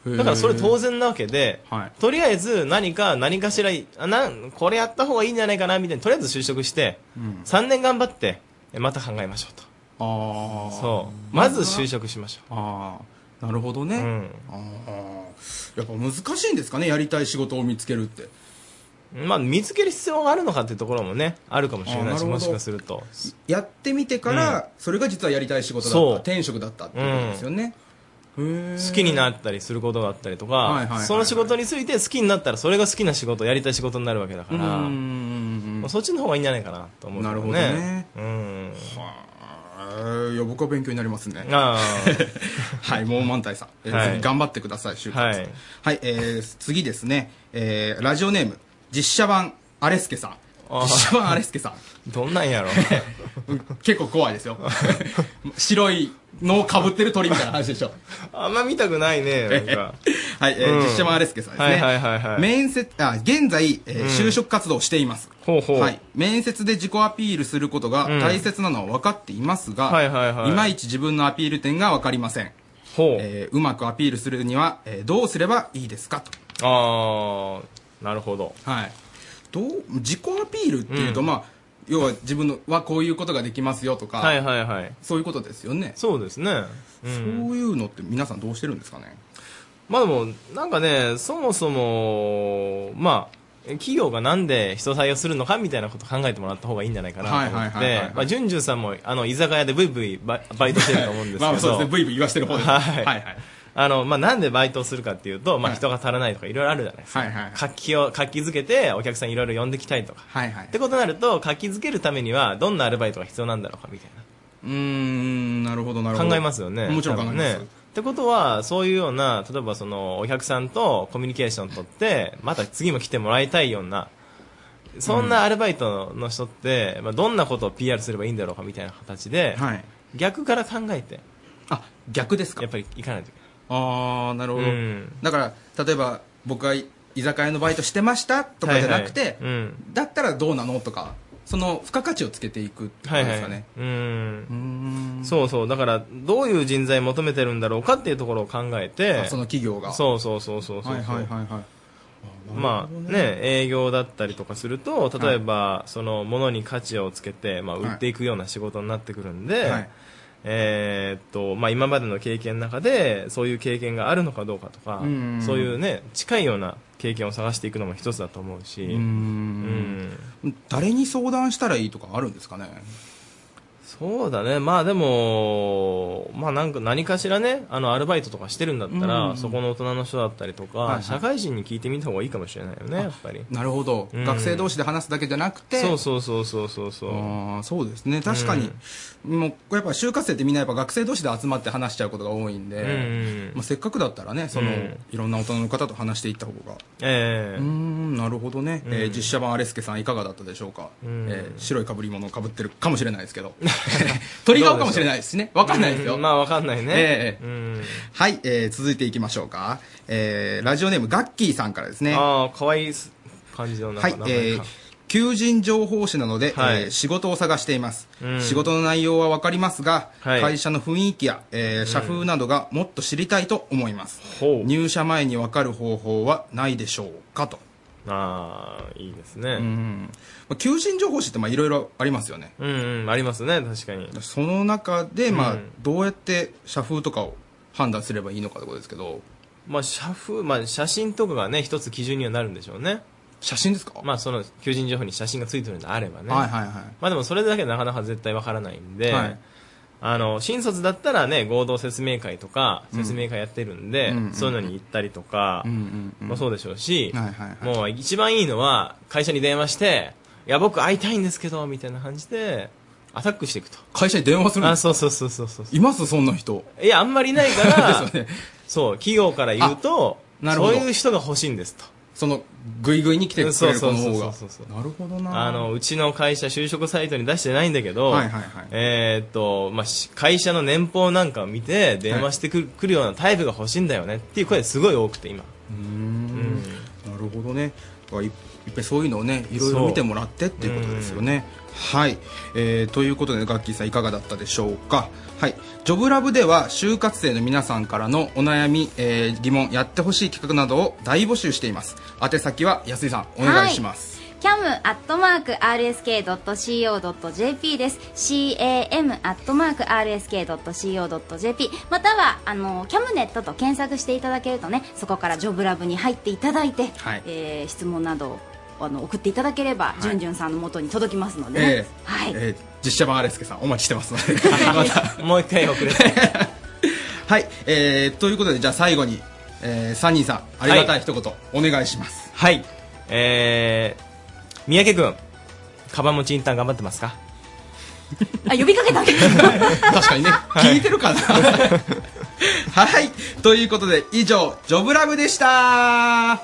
へーだからそれ当然なわけで、とりあえず何か何かしらあなんこれやった方がいいんじゃないかなみたいなとりあえず就職して、3年頑張ってえまた考えましょうとああそうまず就職しましょうああなるほどね、あーやっぱ難しいんですかねやりたい仕事を見つけるってまあ見つける必要があるのかっていうところもねあるかもしれないあなるしほどもしかするとやってみてから、うんそれが実はやりたい仕事だそうった転職だったっていうことですよね、好きになったりすることがあったりとか、はいはいはいはいその仕事について好きになったらそれが好きな仕事やりたい仕事になるわけだからうんうんまあそっちの方がいいんじゃないかなと思うけなるほどねうんいや僕は勉強になりますね はいもう満体さん、えーはいぜひ頑張ってください就活はい、えー次ですね、えーラジオネーム実写版アレスケさんあー実写版アレスケさんどんなんやろ 結構怖いですよ 白いのをかぶってる鳥みたいな話でしょ あんま見たくないねなんかはい、えーうん実写版アレスケさんですね。はいはいはいはい面接、あ、現在、えーうん就職活動をしています。ほうはい。面接で自己アピールすることがうん大切なのは分かっていますが、はいはいはいまいち自分のアピール点が分かりません。えーうまくアピールするには、えーどうすればいいですかと。ああなるほどはい。どう、自己アピールっていうと、まあ、要は自分のはこういうことができますよとか、はいはいはいそういうことですよね。そうですね、うんそういうのって皆さんどうしてるんですかねまあでもなんかねそもそもまあ企業がなんで人を採用するのかみたいなこと考えてもらった方がいいんじゃないかなと思っはいはいはいはいはていまあじゅんじゅんさんもあの居酒屋でブイブイババイトしてると思うんですけどまあそうですねブイブイ言わしてる方ですはいはいはいあのまあ、なんでバイトをするかっていうと、まあ、人が足らないとかいろいろあるじゃないですか、活気を活気づけてお客さんいろいろ呼んできたいとか、はいはいってことになると活気づけるためにはどんなアルバイトが必要なんだろうかみたいなうーんなるほどなるほど考えますよねもちろん考えます、多分ねってことはそういうような例えばそのお客さんとコミュニケーション取ってまた次も来てもらいたいようなそんなアルバイトの人って、まあ、どんなことを PR すればいいんだろうかみたいな形で、はい逆から考えてあ逆ですかやっぱり行かないといああなるほど、うんだから例えば僕が居酒屋のバイトしてましたとかじゃなくて、はいはいうんだったらどうなのとかその付加価値をつけていくってことはいはでいすかね、うんそうそうだからどういう人材求めてるんだろうかっていうところを考えてあその企業がそうそうそうそうそうそうはいはいはいはいまあね、営業だったりとかすると例えば、そのものに価値をつけて、まあ、売っていくような仕事になってくるんで、はいえーっとまあ、今までの経験の中でそういう経験があるのかどうかとかうんそういう、ね、近いような経験を探していくのも一つだと思うしうーん誰に相談したらいいとかあるんですかねそうだね、まあでも、まあ、なんか何かしらねあのアルバイトとかしてるんだったら、うんそこの大人の人だったりとか、はいはい社会人に聞いてみた方がいいかもしれないよね、やっぱり。なるほど、うん学生同士で話すだけじゃなくてそうそうそうそうそうそうああそうですね確かに、もうやっぱ就活生ってみんなやっぱ学生同士で集まって話しちゃうことが多いんで、うんうんまあ、せっかくだったらねその、うんいろんな大人の方と話していった方がえうーんなるほどね、うんえー実写版アレスケさんいかがだったでしょうか、うんえー白いかぶり物をかぶってるかもしれないですけど鳥顔かもしれないですね。わかんないですよ。まあわかんないね。ええはい、えー続いていきましょうか。えーラジオネーム、ガッキーさんからですね。ああ、かわいいす感じのなんはかい名、前えーか求人情報誌なので、はいえー仕事を探しています、うん仕事の内容は分かりますが、はい会社の雰囲気や、えー社風などがもっと知りたいと思います、入社前に分かる方法はないでしょうかとああいいですねうんまあ求人情報誌ってまあいろいろありますよねうん、うん、ありますね確かにその中で、まあうんどうやって社風とかを判断すればいいのかということですけどまあ社風、まあ、写真とかがね一つ基準にはなるんでしょうね写真ですかまあその求人情報に写真がついてるのであればねはいはいはいまあでもそれだけなかなか絶対わからないんで、はいあの新卒だったらね合同説明会とかうん説明会やってるんで、うんうんうんそういうのに行ったりとか、まあ、そうでしょうし、はいはいはいもう一番いいのは会社に電話して「いや僕会いたいんですけど」みたいな感じでアタックしていくと会社に電話するんですあそうそうそうそうそういますそんな人いやあんまりいない からそう企業から言うとなるほどそういう人が欲しいんですとそのグイグイに来てくれる子のそう方そうがそうそうなるほどなあのうちの会社就職サイトに出してないんだけど、はいはいはいえーっとまあ、し会社の年俸なんかを見て電話してくる,、くるようなタイプが欲しいんだよねっていう声すごい多くて今うーんなるほどねだからいいっぱいそういうのをねいろいろ見てもらってっていうことですよねはい、えーということでガッキーさんいかがだったでしょうかはいジョブラブでは就活生の皆さんからのお悩み、えー疑問やってほしい企画などを大募集しています宛先は安井さんお願いします、 cam.rsk.co.jp です cam.rsk.co.jp またはあのキャムネットと検索していただけるとねそこからジョブラブに入っていただいて、はいえー質問などをあの送っていただければ、じゅんじゅんさんの元に届きますのでね、えはい、ーえー実写版アレスケさんお待ちしてますのでまたもう一回送れ はい、えーということでじゃあ最後に、えーサニーさんありがたい一言、お願いしますはいえー、三宅君カバン持ちインターン頑張ってますかあ呼びかけた 確かにね、聞いてるかなはいということで以上「ジョブラブ」でした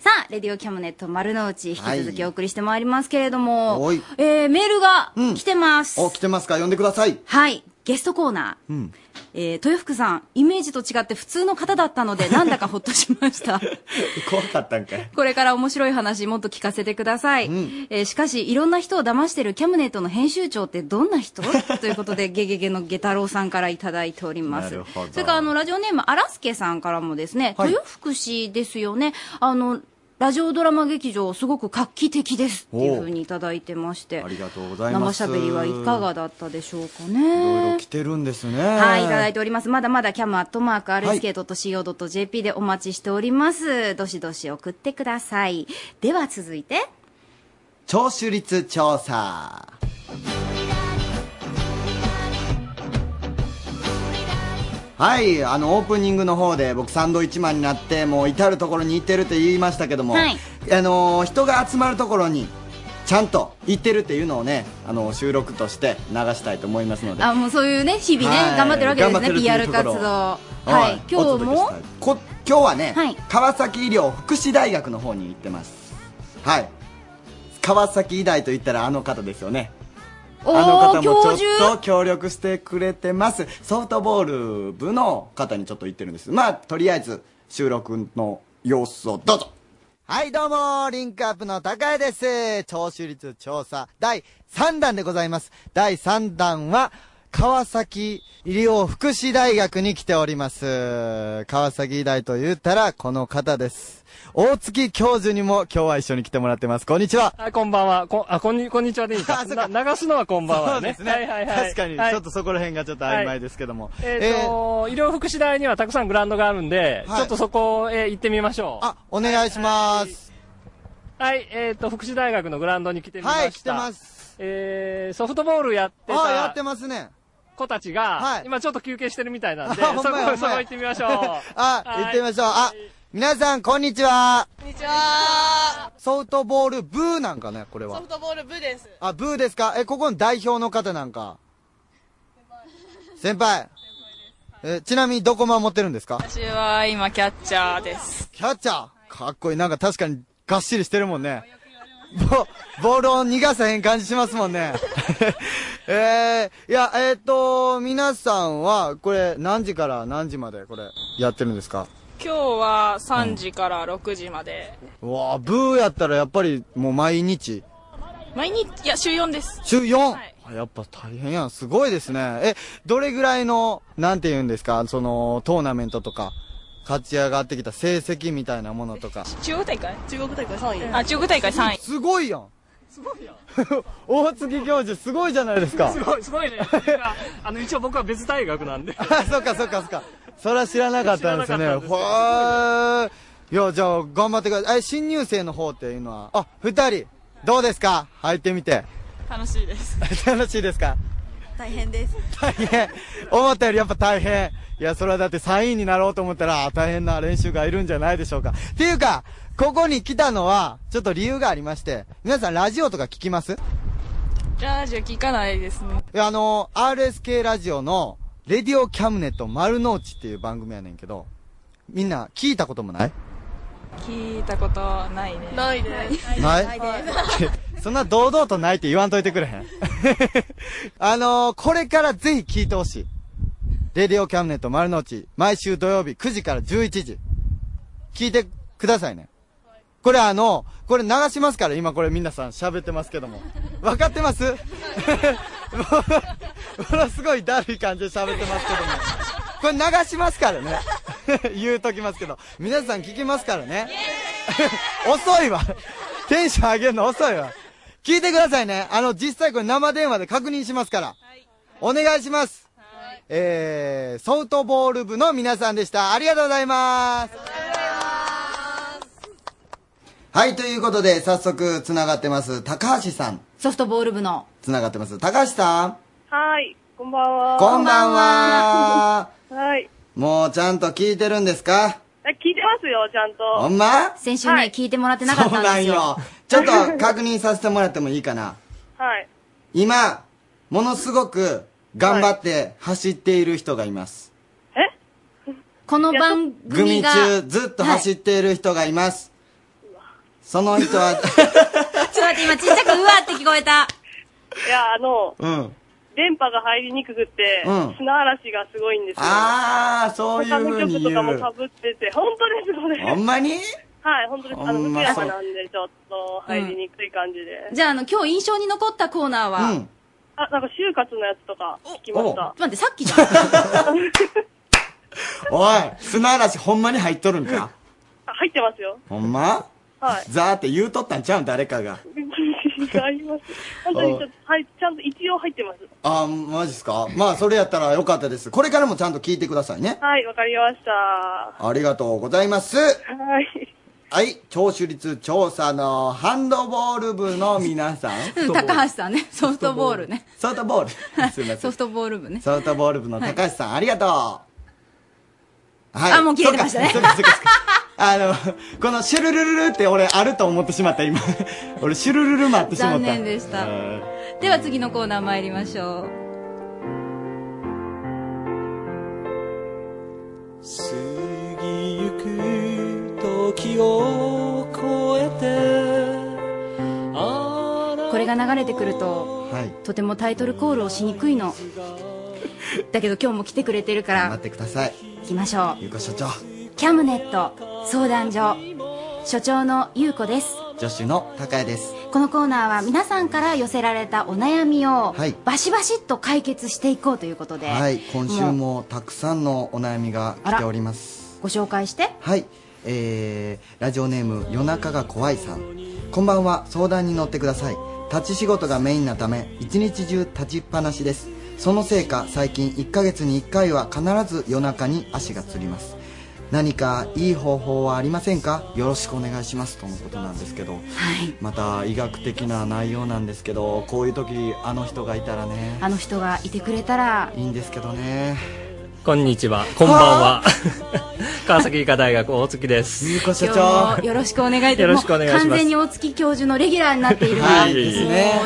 さあ、レディオキャムネット丸の内、引き続きはいお送りしてまいりますけれども、おいえーメールが来てます。お、来てますか呼んでください。はい、ゲストコーナー。うん。えー豊福さん、イメージと違って普通の方だったので、なんだかほっとし ました。 怖かったんかい。これから面白い話もっと聞かせてください。えーしかし、いろんな人を騙してるキャムネットの編集長ってどんな 人ということで、ゲゲゲのゲ太郎さんからいただいておりまなす。るほどそれから、あの、ラジオネーム、荒助さんからもですね、はい豊福氏ですよね。あの、ラジオドラマ劇場、すごく画期的ですっていうふうにいただいてまして、ありがとうござい生ます。しゃべりはいかがだったでしょうかいろいねろ。来てるんですね。はい、いただいて。ております。まだまだキャムアットマーク RSK.CO.JP でお待ちしております。どしどし送ってください。では続いて、聴取率調査。はい、あの、オープニングの方で僕サンドイッチマンになって、もう至る所に行ってるって言いましたけども、はいあのー人が集まるところに、ちゃんと行ってるっていうのをね、あの収録として流したいと思いますので。あ、もうそういうね、日々はね、い頑張ってるわけです頑張ってね、るっていう PR とこ活ろ動。ははいい、今日おも届けしたい、こ今日はね、はい川崎医療福祉大学の方に行ってますはい川崎医大と言ったらあの方ですよねおあの方ー、もちょ教っ授と協力してくれてますソフトボール部の方にちょっと行ってるんですまあとりあえず収録の様子をどうぞはい、どうも、リンクアップの高江です。聴取率調査第3弾でございます。第3弾は、川崎医療福祉大学に来ております。川崎医大と言ったら、この方です。大月教授にも今日は一緒に来てもらってます。こんにちは。あ、こんばんは。こん、あ、こんに、こんにちはでいいか。な流すのはこんばんはね。そうですねはいはいはい。確かにはいちょっとそこら辺がちょっと曖昧ですけどもはいえっと、医療福祉大にはたくさんグラウンドがあるんで、はいちょっとそこへ行ってみましょう。あ、お願いします。はい、えっと、福祉大学のグラウンドに来てみました。。はい来てますえー、ソフトボールやってた。あ、やってますね。子たちが、はい今ちょっと休憩してるみたいなんで、あそほこ、んまやほんそまこや行ってみましょ う。あ、はい行ってみましょう。あ、皆さん、こんにちは。こんにちは。ソフトボール部なんかね、これソはフ。トボール部です。あ、部ですかえ、ここの代表の方なんか。先輩。え、ちなみにどこ守ってるんですか私は今キャッチャーです。キャッチャーかっこいい。なんか確かにがっしりしてるもんね。ボ、ボールを逃がさへん感じしますもんね。えー、いや、えっ、と、皆さんは、これ、何時から何時まで、これ、やってるんですか今日は3時から6時まで。うわあブーやったらやっぱり、もう毎日。毎日、いや、週4です。週 4!、あやっぱ大変やん。すごいですね。え、どれぐらいの、なんて言うんですか、その、トーナメントとか、勝ち上がってきた成績みたいなものとか。中国大会中国大会3あ、中国大会3位。すごいやん。すごいよ。大月教授、すごいじゃないですか。すごい、すごいね。あの、一応僕は別大学なんで。あ、そっかそっかそっか。それは知らなかったんですよね。知らなかったんですよはーい。いや、じゃあ、頑張ってください。え、新入生の方っていうのは、あ、二人、どうですか入ってみて。 楽しいです。楽しいですか大変です。大変。思ったよりやっぱ大変。いや、それはだって3位になろうと思ったら、大変な練習がいるんじゃないでしょうか。っていうか、ここに来たのは、ちょっと理由がありまして、皆さんラジオとか聞きますラジオ聞かないですね。いやあの、RSK ラジオの、レディオキャムネット丸の内っていう番組やねんけど、みんな聞いたこともない聞いたことないね。ないね。ない そんな堂々とないって言わんといてくれへん。 あのーこれからぜひ聞いてほしい。レディオキャムネット丸の内、毎週土曜日9時から11時。聞いてくださいね。これあの、これ流しますから、今これ皆さん喋ってますけども。分かってます もうものすごいだるい感じで喋ってますけども。 これ流しますからね。 言うときますけど。皆さん聞きますからね。 遅いわ。テンション上げるの遅いわ。聞いてくださいね。あの、実際これ生電話で確認しますから。お願いします。えー、ソフトボール部の皆さんでした。ありがとうございます。はい、ということで、早速、つながってます。高橋さん。ソフトボール部の。つながってます。高橋さん。はい、こんばんは。こんばんは。はい。もうちゃんと聞いてるんですかあ聞いてますよ、ちゃんと。ほんま先週ね、聞いてもらってなかったんですよ。そうなんよ。ちょっと確認させてもらってもいいかな。はい。今、ものすごく頑張って走っている人がいます。この番組組が、中ずっと走っている人がいます。その人 は、ちょっと待って、今ちっちゃくうわって聞こえた。いや、あの、うん。電波が入りにくくって、うん砂嵐がすごいんですよ。あーそういう風に言う他の曲とかも被ってて、本当です、これ。ほんまにはい、本当です。あの、ほん向ま山そうなんで、ちょっと入りにくい感じで。じゃあ、あの、今日印象に残ったコーナーは、うんあ、なんか就活のやつとか聞きました。待って、さっきじゃん。おい、砂嵐ほんまに入っとるんかあ入ってますよ。ほんまはい。ザーって言うとったんちゃうん誰か が。違います。本当にちょっと、はい、ちゃんと一応入ってます。あー、マジっすかまあ、それやったらよかったです。これからもちゃんと聞いてくださいね。はい、わかりました。はありがとうございます。い。はい、聴取率調査のハンドボール部の皆さん。うん、高橋さんね、ソフトボールね。ソフトボール。すいませソん。フトボール部ね。ソフトボール部の高橋さん、ありがとう。はい。あもう切れてましたねそうかそうかそうかあの、このシュルルルルって俺あると思ってしまった、今。 俺シュルルル待ってしまった。残念でしたうんでは次のコーナー参りましょう。過ぎゆく時を越えてこれが流れてくると、とてもタイトルコールをしにくいの。だけど今日も来てくれてるか待らっ、てください。行きましょう。ゆうこ所長、キャムネット相談所所長の優子です助手の高谷です。このコーナーは皆さんから寄せられたお悩みをはいバシバシっと解決していこうということで、はい、今週もたくさんのお悩みがあ来らております。ご紹介してはい、えー、ラジオネーム夜中が怖いさんこんばんは相談に乗ってください立ち仕事がメインなため一日中立ちっぱなしですそのせいか最近1ヶ月に1回は必ず夜中に足がつります何かいい方法はありませんかよろしくお願いしますとのことなんですけど、また医学的な内容なんですけどこういう時あの人がいたらねあの人がいてくれたらいいんですけどねこんにちは、こんばんは。 川崎医科大学大月です。ゆうこ今日もよろしくお願いします。よろしくお願いしますもう完全に大月教授のレギュラーになっている。も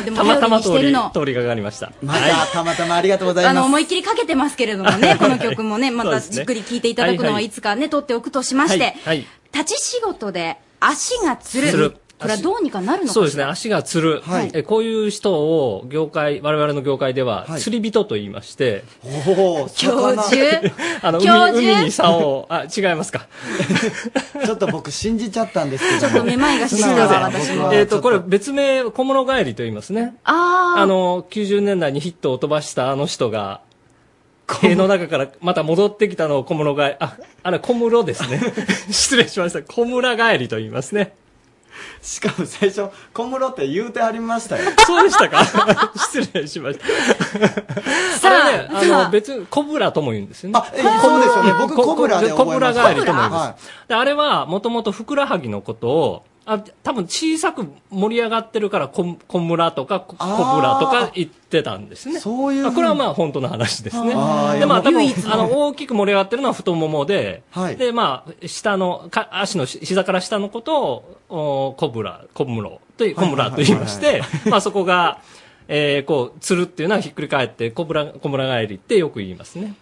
うでもたまたま頼通りりにしてるの通りがかりました。またたまたまありがとうございあますの思いっきりかけてますけれどもね、この曲もね、まそうたですねじっくり聴いていただくはのはいはいいつかね、取っておくとしまして、はい。立ち仕事で足がつる。つるこれはどうにかなるのかそうですね、足がつる。えこういう人を業界、我々の業界では、釣り人と言いまして、おお魚教授 あの教海、授海に竿を、あ、違いますか。ちょっと僕信じちゃったんですけどちょっとめまいがしてきたわ私もえっと、これ別名、小物帰りと言いますね。あーあの、90年代にヒットを飛ばしたあの人が、塀の中からまた戻ってきたのを小室が、あ、あれ小室ですね。 失礼しました。小村帰りと言いますね。しかも最初小室って言うてありましたよそうでしたか 失礼しました。さああれね、あさあの、別に、コブラとも言うんですよね。あ、そうですよね僕コブラでコブラ覚えました帰りとも言うんです。はであれは、もともとふくらはぎのことを、あ多分小さく盛り上がってるから、こ小村とか、こあー小ブラとか言ってたんですね。そういうこれはまあ本当の話ですねあー。で、まあ多分唯一、のあの、大きく盛り上がってるのは太ももで、はいで、まあ、下の、か足のし膝から下のことを、お小ブラ、小室という、小村と言いまして、はいはいはいはいでまあそこが、えーこう、つるっていうのはひっくり返って、小村、小村帰りってよく言いますね。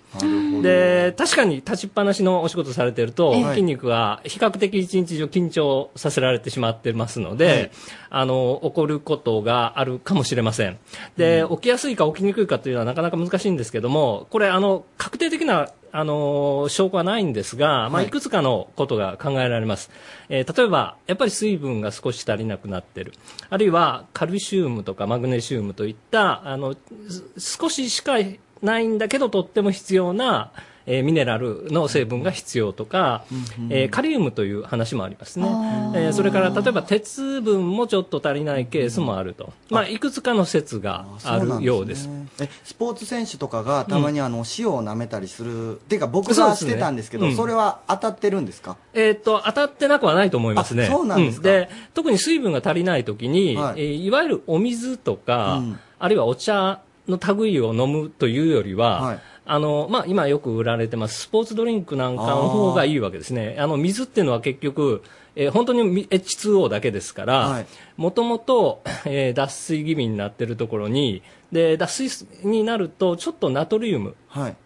で、確かに立ちっぱなしのお仕事されてると、はい筋肉が比較的一日中緊張させられてしまってますので、はいあの、起こることがあるかもしれません。で、起きやすいか起きにくいかというのはなかなか難しいんですけども、これ、あの、確定的な、あの、証拠はないんですが、まあ、いくつかのことが考えられます。えー例えば、やっぱり水分が少し足りなくなってる。あるいは、カルシウムとかマグネシウムといった、あの、す少ししかないんだけど、とっても必要な、えーミネラルの成分が必要とか、えーカリウムという話もありますね、えーそれから例えば鉄分もちょっと足りないケースもあると、まあ、いくつかの説があるようです。えスポーツ選手とかがたまにあの塩を舐めたりする、っていうか僕そうがでしすねてたんですけどそうんれは当たってるんですかえーっと当たってなくはないと思いますね。あそうなんですかで特に水分が足りないときに、はいいえーいわゆるお水とか、あるいはお茶の類を飲むというよりは、あのまあ、今よく売られてますスポーツドリンクなんかの方がいいわけですね、あの水っていうのは結局、えー本当にみ H2O だけですから、もともとえー脱水気味になってるところに、で脱水になると、ちょっとナトリウム、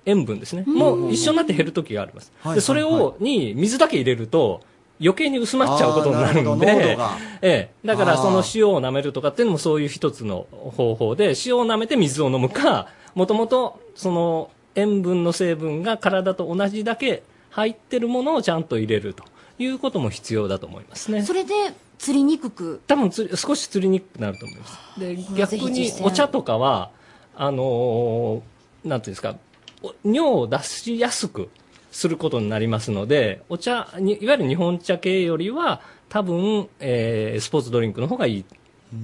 塩分ですね、もう一緒になって減る時があります、はいでそれをに水だけ入れると、余計に薄まっちゃうことになるあーんなるほど濃で度が、 ええ、だかあらーその塩を舐めるとかっていうのもそういう一つの方法で、塩を舐めて水を飲むか、もともとその塩分の成分が体と同じだけ入ってるものをちゃんと入れるということも必要だと思いますね。それで釣りにくく。多分釣り少し釣りにくくなると思います。で逆にお茶とかは、あのーなんていうんですか、お尿を出しやすくすることになりますので、お茶に、いわゆる日本茶系よりは、多分、えースポーツドリンクの方がいい。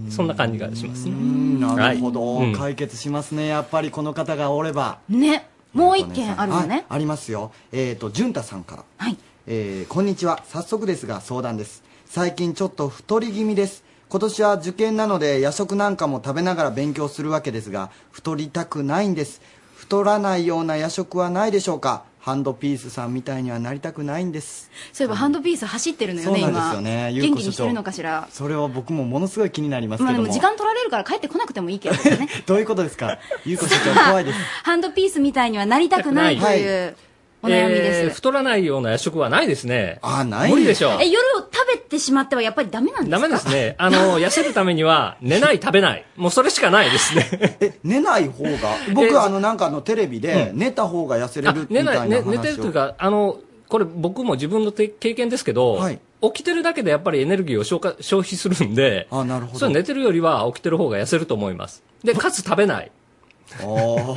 そんな感じがしますね。なるほど、はいうん解決しますねやっぱりこの方がおればね。もう一件あるのはいね。ありますよえっ、と潤太さんからはいえーこんにちは早速ですが相談です最近ちょっと太り気味です今年は受験なので夜食なんかも食べながら勉強するわけですが太りたくないんです太らないような夜食はないでしょうかハンドピースさんみたいにはなりたくないんですそういえばハンドピース走ってるのよそうね、なんです今。よねゆう元こ気所にして長るのかしら。それは僕もものすごい気になりますまあけでどもも時間取られるから帰ってこなくてもいいけど。どういうことですかゆうこ所長 怖いですハンドピースみたいにはなりたくないというお悩みえーです。太らないような夜食はないですね。あ、ない無理でしょう。え、夜を食べてしまってはやっぱりダメなんですダかメですね。あの、痩せるためには、寝ない、食べない。もうそれしかないですね。寝ない方が 僕あのなんかあのテレビで寝た方が痩せれるみた寝いなない話寝を寝てるというかあのこれ僕も自分のて経験ですけど、起きてるだけでやっぱりエネルギーを消化消費するんであなるほどそれ寝てるよりは起きてる方が痩せると思いますでかつ食べないお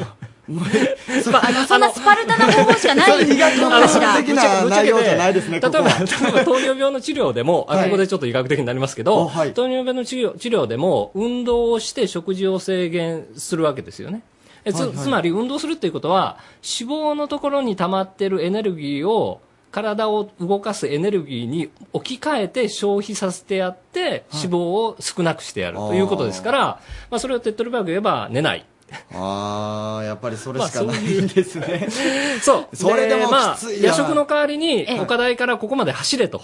あの、そんなスパルタな方法しかないんですあのかしら。ぶっちゃけぶっちゃけ内容じゃないですね例えば、ここ例はえば糖尿病の治療でも、あ はいここでちょっと医学的になりますけど、糖尿病の治療治療でも、運動をして食事を制限するわけですよね。えつはいはいつまり、運動するっていうことは、脂肪のところに溜まってるエネルギーを、体を動かすエネルギーに置き換えて消費させてやって、脂肪を少なくしてやるということですから、まあ、それを手っ取り早く言えば寝ない。ああ、やっぱりそれまあしかないんですね。そう。 それでもまあきついな夜食の代わりにええ、岡台からここまで走れと。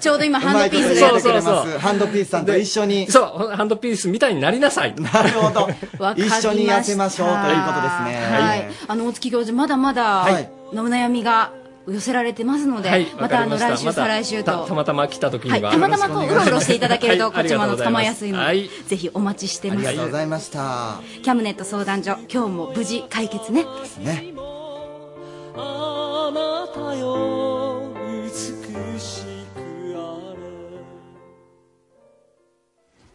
ちょうど今、ハンドピースうでまいことやる言っかてくれらますハンドピースさんと一緒に。そう、ハンドピースみたいになりなさい。なるほど。わかり一ました緒に痩せましょうということですね。はい、あの大月教授まだまだのお悩みが寄せられてますので、はい、またあのわかり来ました週再来週とまたたたまたま来た時には、はい、たまたまこううろうろしていただけると、はいこっちもあの捕まえやすいので、ありがとうござますぜひお待ちしてますありがとうございましたキャムネット相談所今日も無事解決ねねあなたよ美しくあれ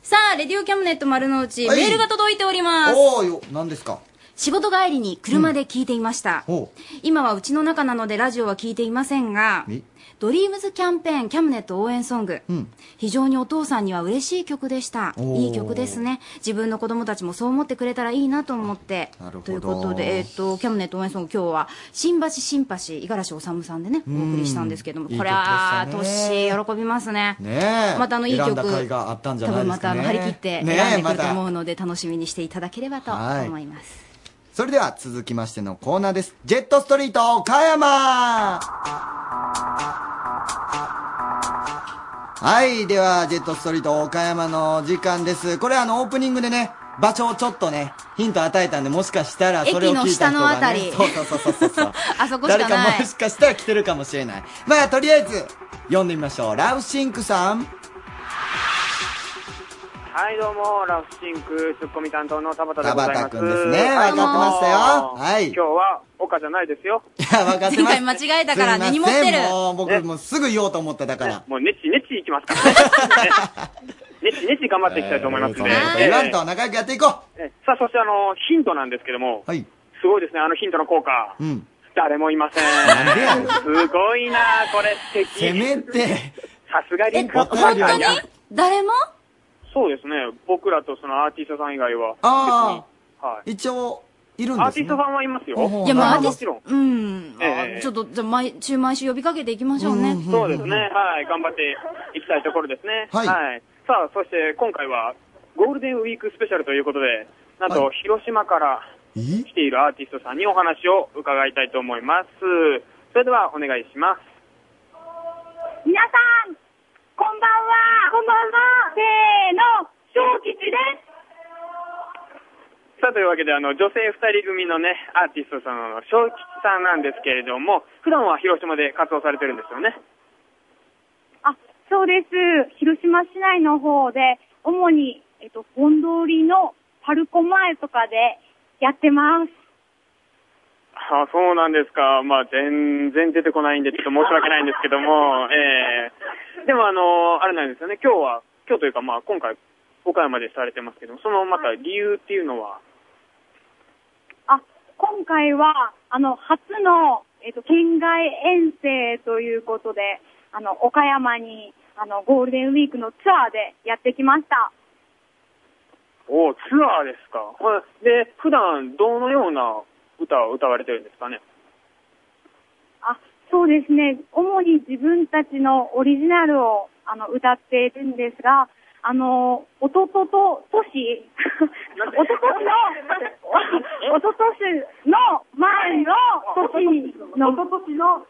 さあレディオキャムネット丸の内、はいメールが届いておりますおーよ、何ですか仕事帰りに車で聞いていました、お今はうちの中なのでラジオは聞いていませんがみドリームズキャンペーンキャムネット応援ソング、ん非常にお父さんには嬉しい曲でしたおーいい曲ですね自分の子供たちもそう思ってくれたらいいなと思ってなるほどということで、えー、とキャムネット応援ソング今日は新橋新橋五十嵐修さんでねお送りしたんですけどもうんこれはいいト曲ッでしシたねー喜びますねねえまたあのいい曲選んだ甲斐があったんじゃないですかね多分またあの張り切ってねえ選んでくるとまた思うので、楽しみにしていただければとはい思います、それでは続きましてのコーナーです。ジェットストリート岡山はい、では、ジェットストリート岡山の時間です。これあの、オープニングでね、場所をちょっとね、ヒント与えたんで、もしかしたらそれを聞いた人が、ね、駅の下のあたりそうそうそうそうそうそう。あそこし誰かかないもしかしたら来てるかもしれない。まあ、とりあえず、読んでみましょう。ラウシンクさん。はい、どうも、ラフシンク、ツッコミ担当の田畑でございます。田畑くんですねわかってましたよはい。今日は、岡じゃな いですよ。分 かって前回間違えたから根に持ってるもう僕もうすぐ言おうと思ってたから。もう、ネチネチい きますから。ねネチネチ頑張っていきたいと思いますんで。言わんと仲良くやっていこうええさあ、そしてあの、ヒントなんですけども、はいすごいですね、あのヒントの効果。うん。誰もいません。んでやねんすごいなこれ素敵。せめて、さすがリンクアップ本当に誰もそうですね、僕らとそのアーティストさん以外は。ああ、はい。一応、いるんですねアーティストさんはいますよ。いや、まあ、アーティもちスろんト、うん、ええあちょっと、じゃあ、毎週毎週呼びかけていきましょうね。そうですね。はい。頑張っていきたいところですね。はいさあ、そして今回はゴールデンウィークスペシャルということで、なんと広島から来ているアーティストさんにお話を伺いたいと思います。それではお願いします。皆さん、こんばんは。こんばんは。せーの、小吉です。さあ、というわけで、あの、女性二人組のね、アーティストさんの正吉さんなんですけれども、普段は広島で活動されてるんですよね。あ、そうです。広島市内の方で、主に、えっと、本通りのパルコ前とかでやってます。あそうなんですか。まあ、全然出てこないんで、ちょっと申し訳ないんですけども、 ええでも、あの、あれなんですよね、今日は、今日というか、まあ、今回、岡山でされてますけども、そのまた理由っていうのは、あ、今回は、あの、初の、えっと、県外遠征ということで、あの、岡山に、あの、ゴールデンウィークのツアーでやってきました。おツアーですか。ほで、普段、どのような歌を歌われてるんですかね。あ、そうですね。主に自分たちのオリジナルをあの歌っているんですが、あの、おととと、とし、おととしの、おととしの前の年の、おととしの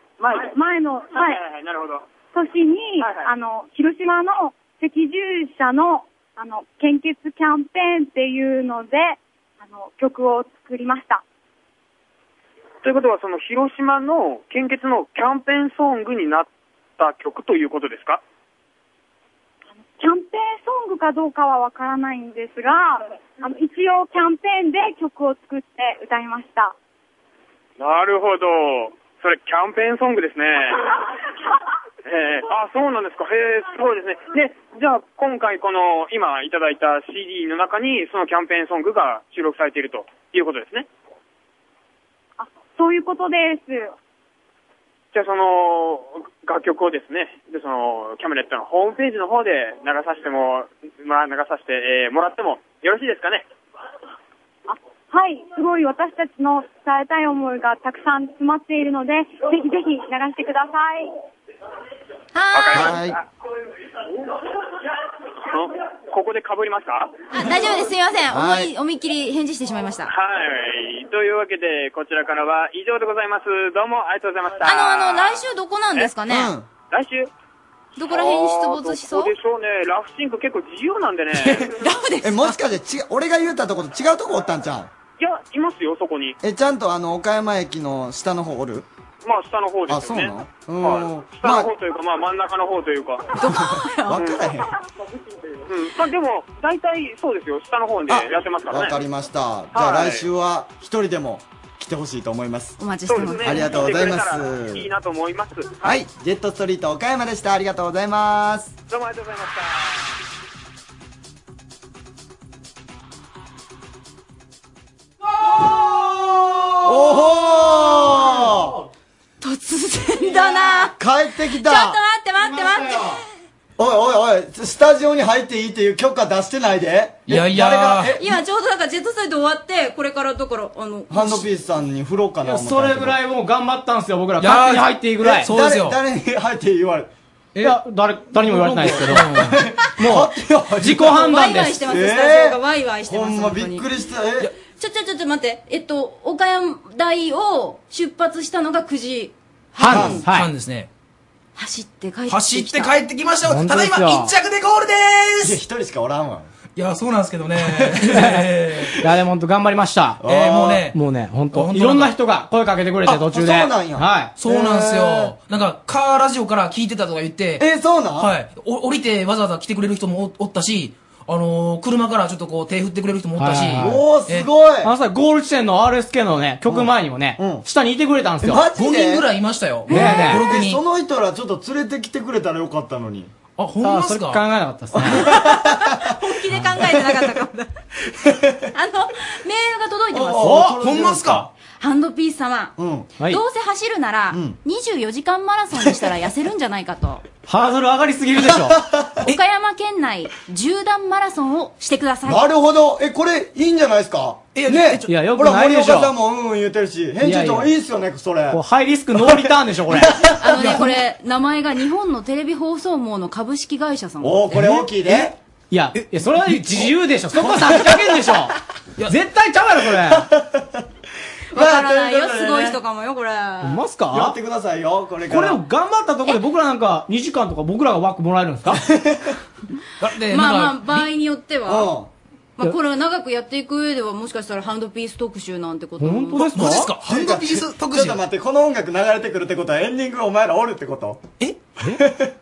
前の、はい、はい、なるほど。年に、あの、広島の赤十字社の、あの、献血キャンペーンっていうので、あの、曲を作りました。ということは、その、広島の献血のキャンペーンソングになった曲ということですかキャンペーンソングかどうかはわからないんですが、あの一応キャンペーンで曲を作って歌いました。なるほど。それ、キャンペーンソング ですね。ええあ、そうなんですか。へえ、そうですね。で、じゃあ、今回この、今いただいた CD の中に、そのキャンペーンソングが収録されているということですね。 そういうことです。じゃあ、その、楽曲をですね、で、その、キャムネットのホームページの方で流させても、まあ、流させて、えーもらってもよろしいですかね。はい、すごい私たちの伝えたい思いがたくさん詰まっているので、ぜひぜひ流してください。はい。ここで被りましたあ大丈夫です。すみません。思はいい、思いっきり返事してしまいました。はい。というわけで、こちらからは以上でございます。どうもありがとうございました。あの、あの、来週どこなんですかねえうん来週どこら辺に出没しそうあーどこでしょうね。ラフシンク結構自由な んでね。え、もしかしてち、俺が言うたとこと違うとこおったんちゃいや、いますよ、そこに。うえ、ちゃんとあの、岡山駅の下の方おるまあ、下の方であ、すそようね。なのうん。下の方というか、まあ、真ん中の方という か。分からへん。うん。まあ、でも、大体そうですよ。下の方でやってますからね。わかりました。じゃあは来い週は一人でも来てほしいと思います。お待そうですねありがとうございま来てくれたすらいい。なと思います。はい、ジェットストリート岡山でした。ありがとうございます。どうもありがとうございました。おほ突然だな帰ってきちょっと待たって待って待って。おいおいおい、スタジオに入っていいっていう許可出してないでいやいや誰が、え、今ちょうどだからジェットストリート終わって、これからだから、あの、ハンドピースさんに振ろうかな。それぐらいもう頑張ったんですよ、僕ら。いやー勝手に入っていいぐらい。えそうですよ誰誰に入って言われるいや、誰、誰にも言われてないですけど。もう、自己判断ワイです。ワイしてます、えースタジオがワイワイしてます。ほんま本当にびっくりしたえちょ、ちょ、ちょ、ちょ、待って。えっと、岡山台を出発したのが9時半です。半ですね。走って帰ってきた。走って帰ってきましたよ。本た当だですいよま1着でゴールでーいや、す一人しかおらんわ。いや、そうなんですけどね。誰も本当頑張りました。えーもうねもうね、本当本当なんいだろんな人が声かけてくれて途中で。はい。そうなんですよ。なんか、カーラジオから聞いてたとか言って。え、そうなんはい。お降りてわざわざ来てくれる人もおおったし、あのー、車からちょっとこう手振ってくれる人もおったし。おえごいあのさ、ゴール地点の RSK のね、曲前にもね、下にいてくれたんです よ。マジで五いましたよねえねえその人らちょっと連れてきてくれたらよかったのに。あ、ほんまっすかあそれ考えなかったっすね。気で考えてなかったかもだ。あの、メールが届いてます。すかハンドピース様。うん。はいどうせ走るなら、24時間マラソンにしたら痩せるんじゃないか と。ハードル上がりすぎるでしょ。岡山県内縦断マラソンをしてください。なるほど。え、これ、いいんじゃないですかえねいやよほくら、ない森でしょ岡さんもうんうん言ってるし、編集いやい長やいいっすよね、それこう。ハイリスクノーリターンでしょ、これ。あのね、これ、名前が日本のテレビ放送網の株式会社さん。きいね。いや、いや、それは自由でしょ。そこ先かけんでしょ。絶対ちゃうやろ、これ。わからないよ、まあといすうことごでねい人かもよ、これ。ほんますかやってくださいよ、これかこれら。を頑張ったところで僕らなんか2時間とか僕らが枠もらえるんですかまあまあ、場合によっては。まあ、えこれは長くやっていく上では、もしかしたらハンドピース特集なんてことも。本当ですかマジですかハンドピース特集ちょっと待って、この音楽流れてくるってことはエンディングお前らおるってことえ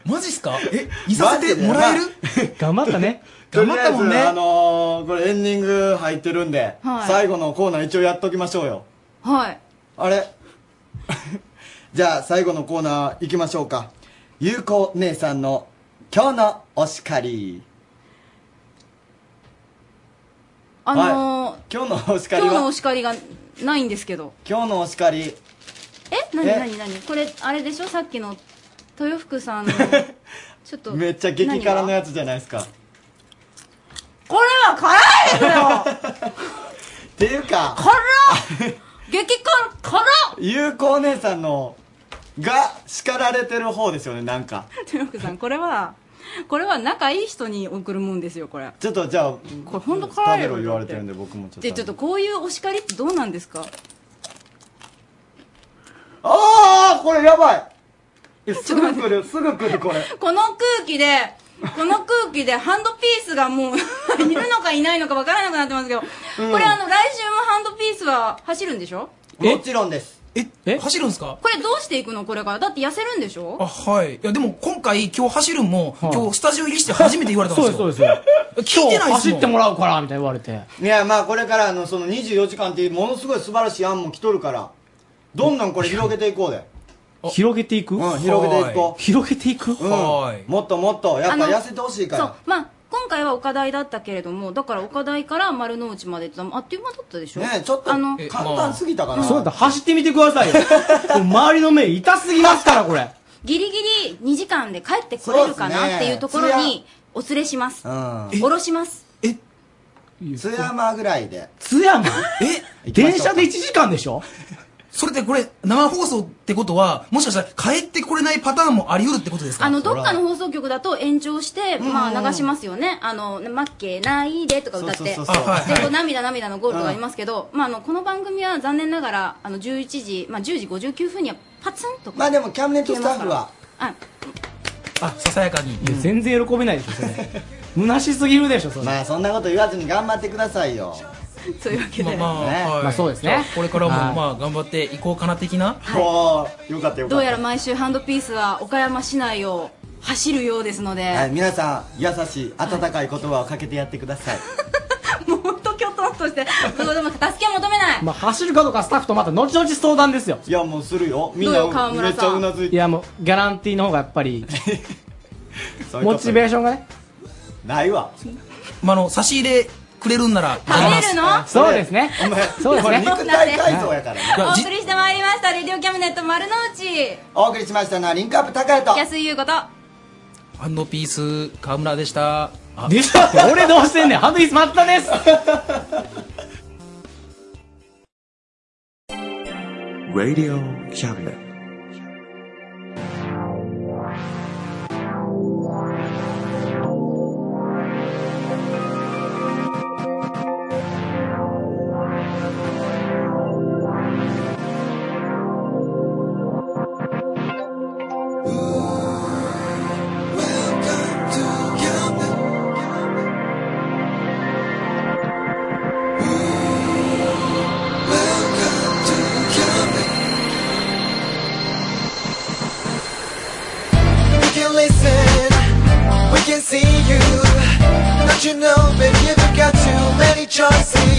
マジっすかえ、見させてもらえる頑張ったね。とり頑張あったえもんず、ねあのー、これエンディング入ってるんで、はい最後のコーナー一応やっときましょうよ。はい。あれ じゃあ最後のコーナー行きましょうか。ゆうこ姉さんの今日のお叱り。あのー、今日のお叱今り日のおは叱りがないんですけど。今日のお叱り。え何え何何これ、あれでしょさっきの、豊福さ んの、ちょっと。めっちゃ激辛のやつじゃないですか。これは辛いですよっていうか、激辛、辛っゆうこお姉さんの、が叱られてる方ですよね、なんか。豊福さん、これは、これは仲いい人に送るもんですよ、これ。ちょっとじゃあ、これ本当食辛いべよろ。言われてるんで僕もちょっと。で、ちょっとこういうお叱りってどうなんですかああこれやばいいやすぐ来る、すぐ来る、これ。この空気で、この空気でハンドピースがもう いるのかいないのかわからなくなってますけど、うんこれあの、来週もハンドピースは走るんでしょ もちろんです。え、え走るんですかこれどうしていくのこれから。だって痩せるんでしあ、ょはい。いや、でも今回、今日走るんも、今日スタジオ入りして初めて言われたんですよ。そうです、そうです。聞いてないっすもん今日走ってもらうから、みたいに言われて。いや、まあこれから、あの、その24時間っていうものすごい素晴らしい案も来とるから、どんどんこれ広げていこうで。広げていくうん、広げていこう。広げていくうん。もっともっと、やっぱあの痩せてほしいかそうら。。まあ、今回は岡台だったけれども、だから岡台から丸の内までってあっという間だったでしょねえちょっとあの、簡単すぎたかな。そうだったら走ってみてくだ さいよ。もう周りの目痛すぎますから、これ。ギリギリ2時間で帰ってこれるかそうっすなねっていうところにお連れします。うん。おろします。津山ぐらいで。津山え電車で1時間でしょそれってこれ、生放送ってことは、もしかしたら帰ってこれないパターンもあり得るってことですかあの、どっかの放送局だと延長して、まあ流しますよね。あの、負けないでとか歌って、で、そこうそうそうそうあはいはいう涙涙のゴールドがありますけど、まああの、この番組は残念ながら、あの、11時、まあ10時59分にはパツンとまあでも、キャムネット消えスまタッすかフらは。。あ、ささやかに。全然喜べないでしょ、それ。 虚しすぎるでしょ、それ。まあそんなこと言わずに頑張ってくださいよ。というわけまあまあ、ねはいまあそうですねじゃあこれからも、はいまあ、頑張っていこうかな的な。はよかったよどうやら毎週ハンドピースは岡山市内を走るようですので、はい、皆さん、優しい、温かい言葉をかけてやってください。そして、どうでも助けは求めない。まあ、走るかどうかスタッフとまた後々相談ですよ。いや、もうするよ。みんなどうよ川村さんめっちゃうなずいて。いや、もう、ギャランティーの方がやっぱ り、そういうことモチベーションがね。ないわ。まあ、あの、差し入れくれるんなら、食べるのそうですね。そう ですね肉体改造やからねお送りしてまいりました、レディオキャムネット丸の内。お送りしましたのはリンクアップ高谷と。安井優子と。ハンドピース、河村でした。でしたって、俺どうしてんねん。ハンドピースったです。 Radio Cabinet. We can listen, we can see you. Don't you know, baby, you've got too many choices.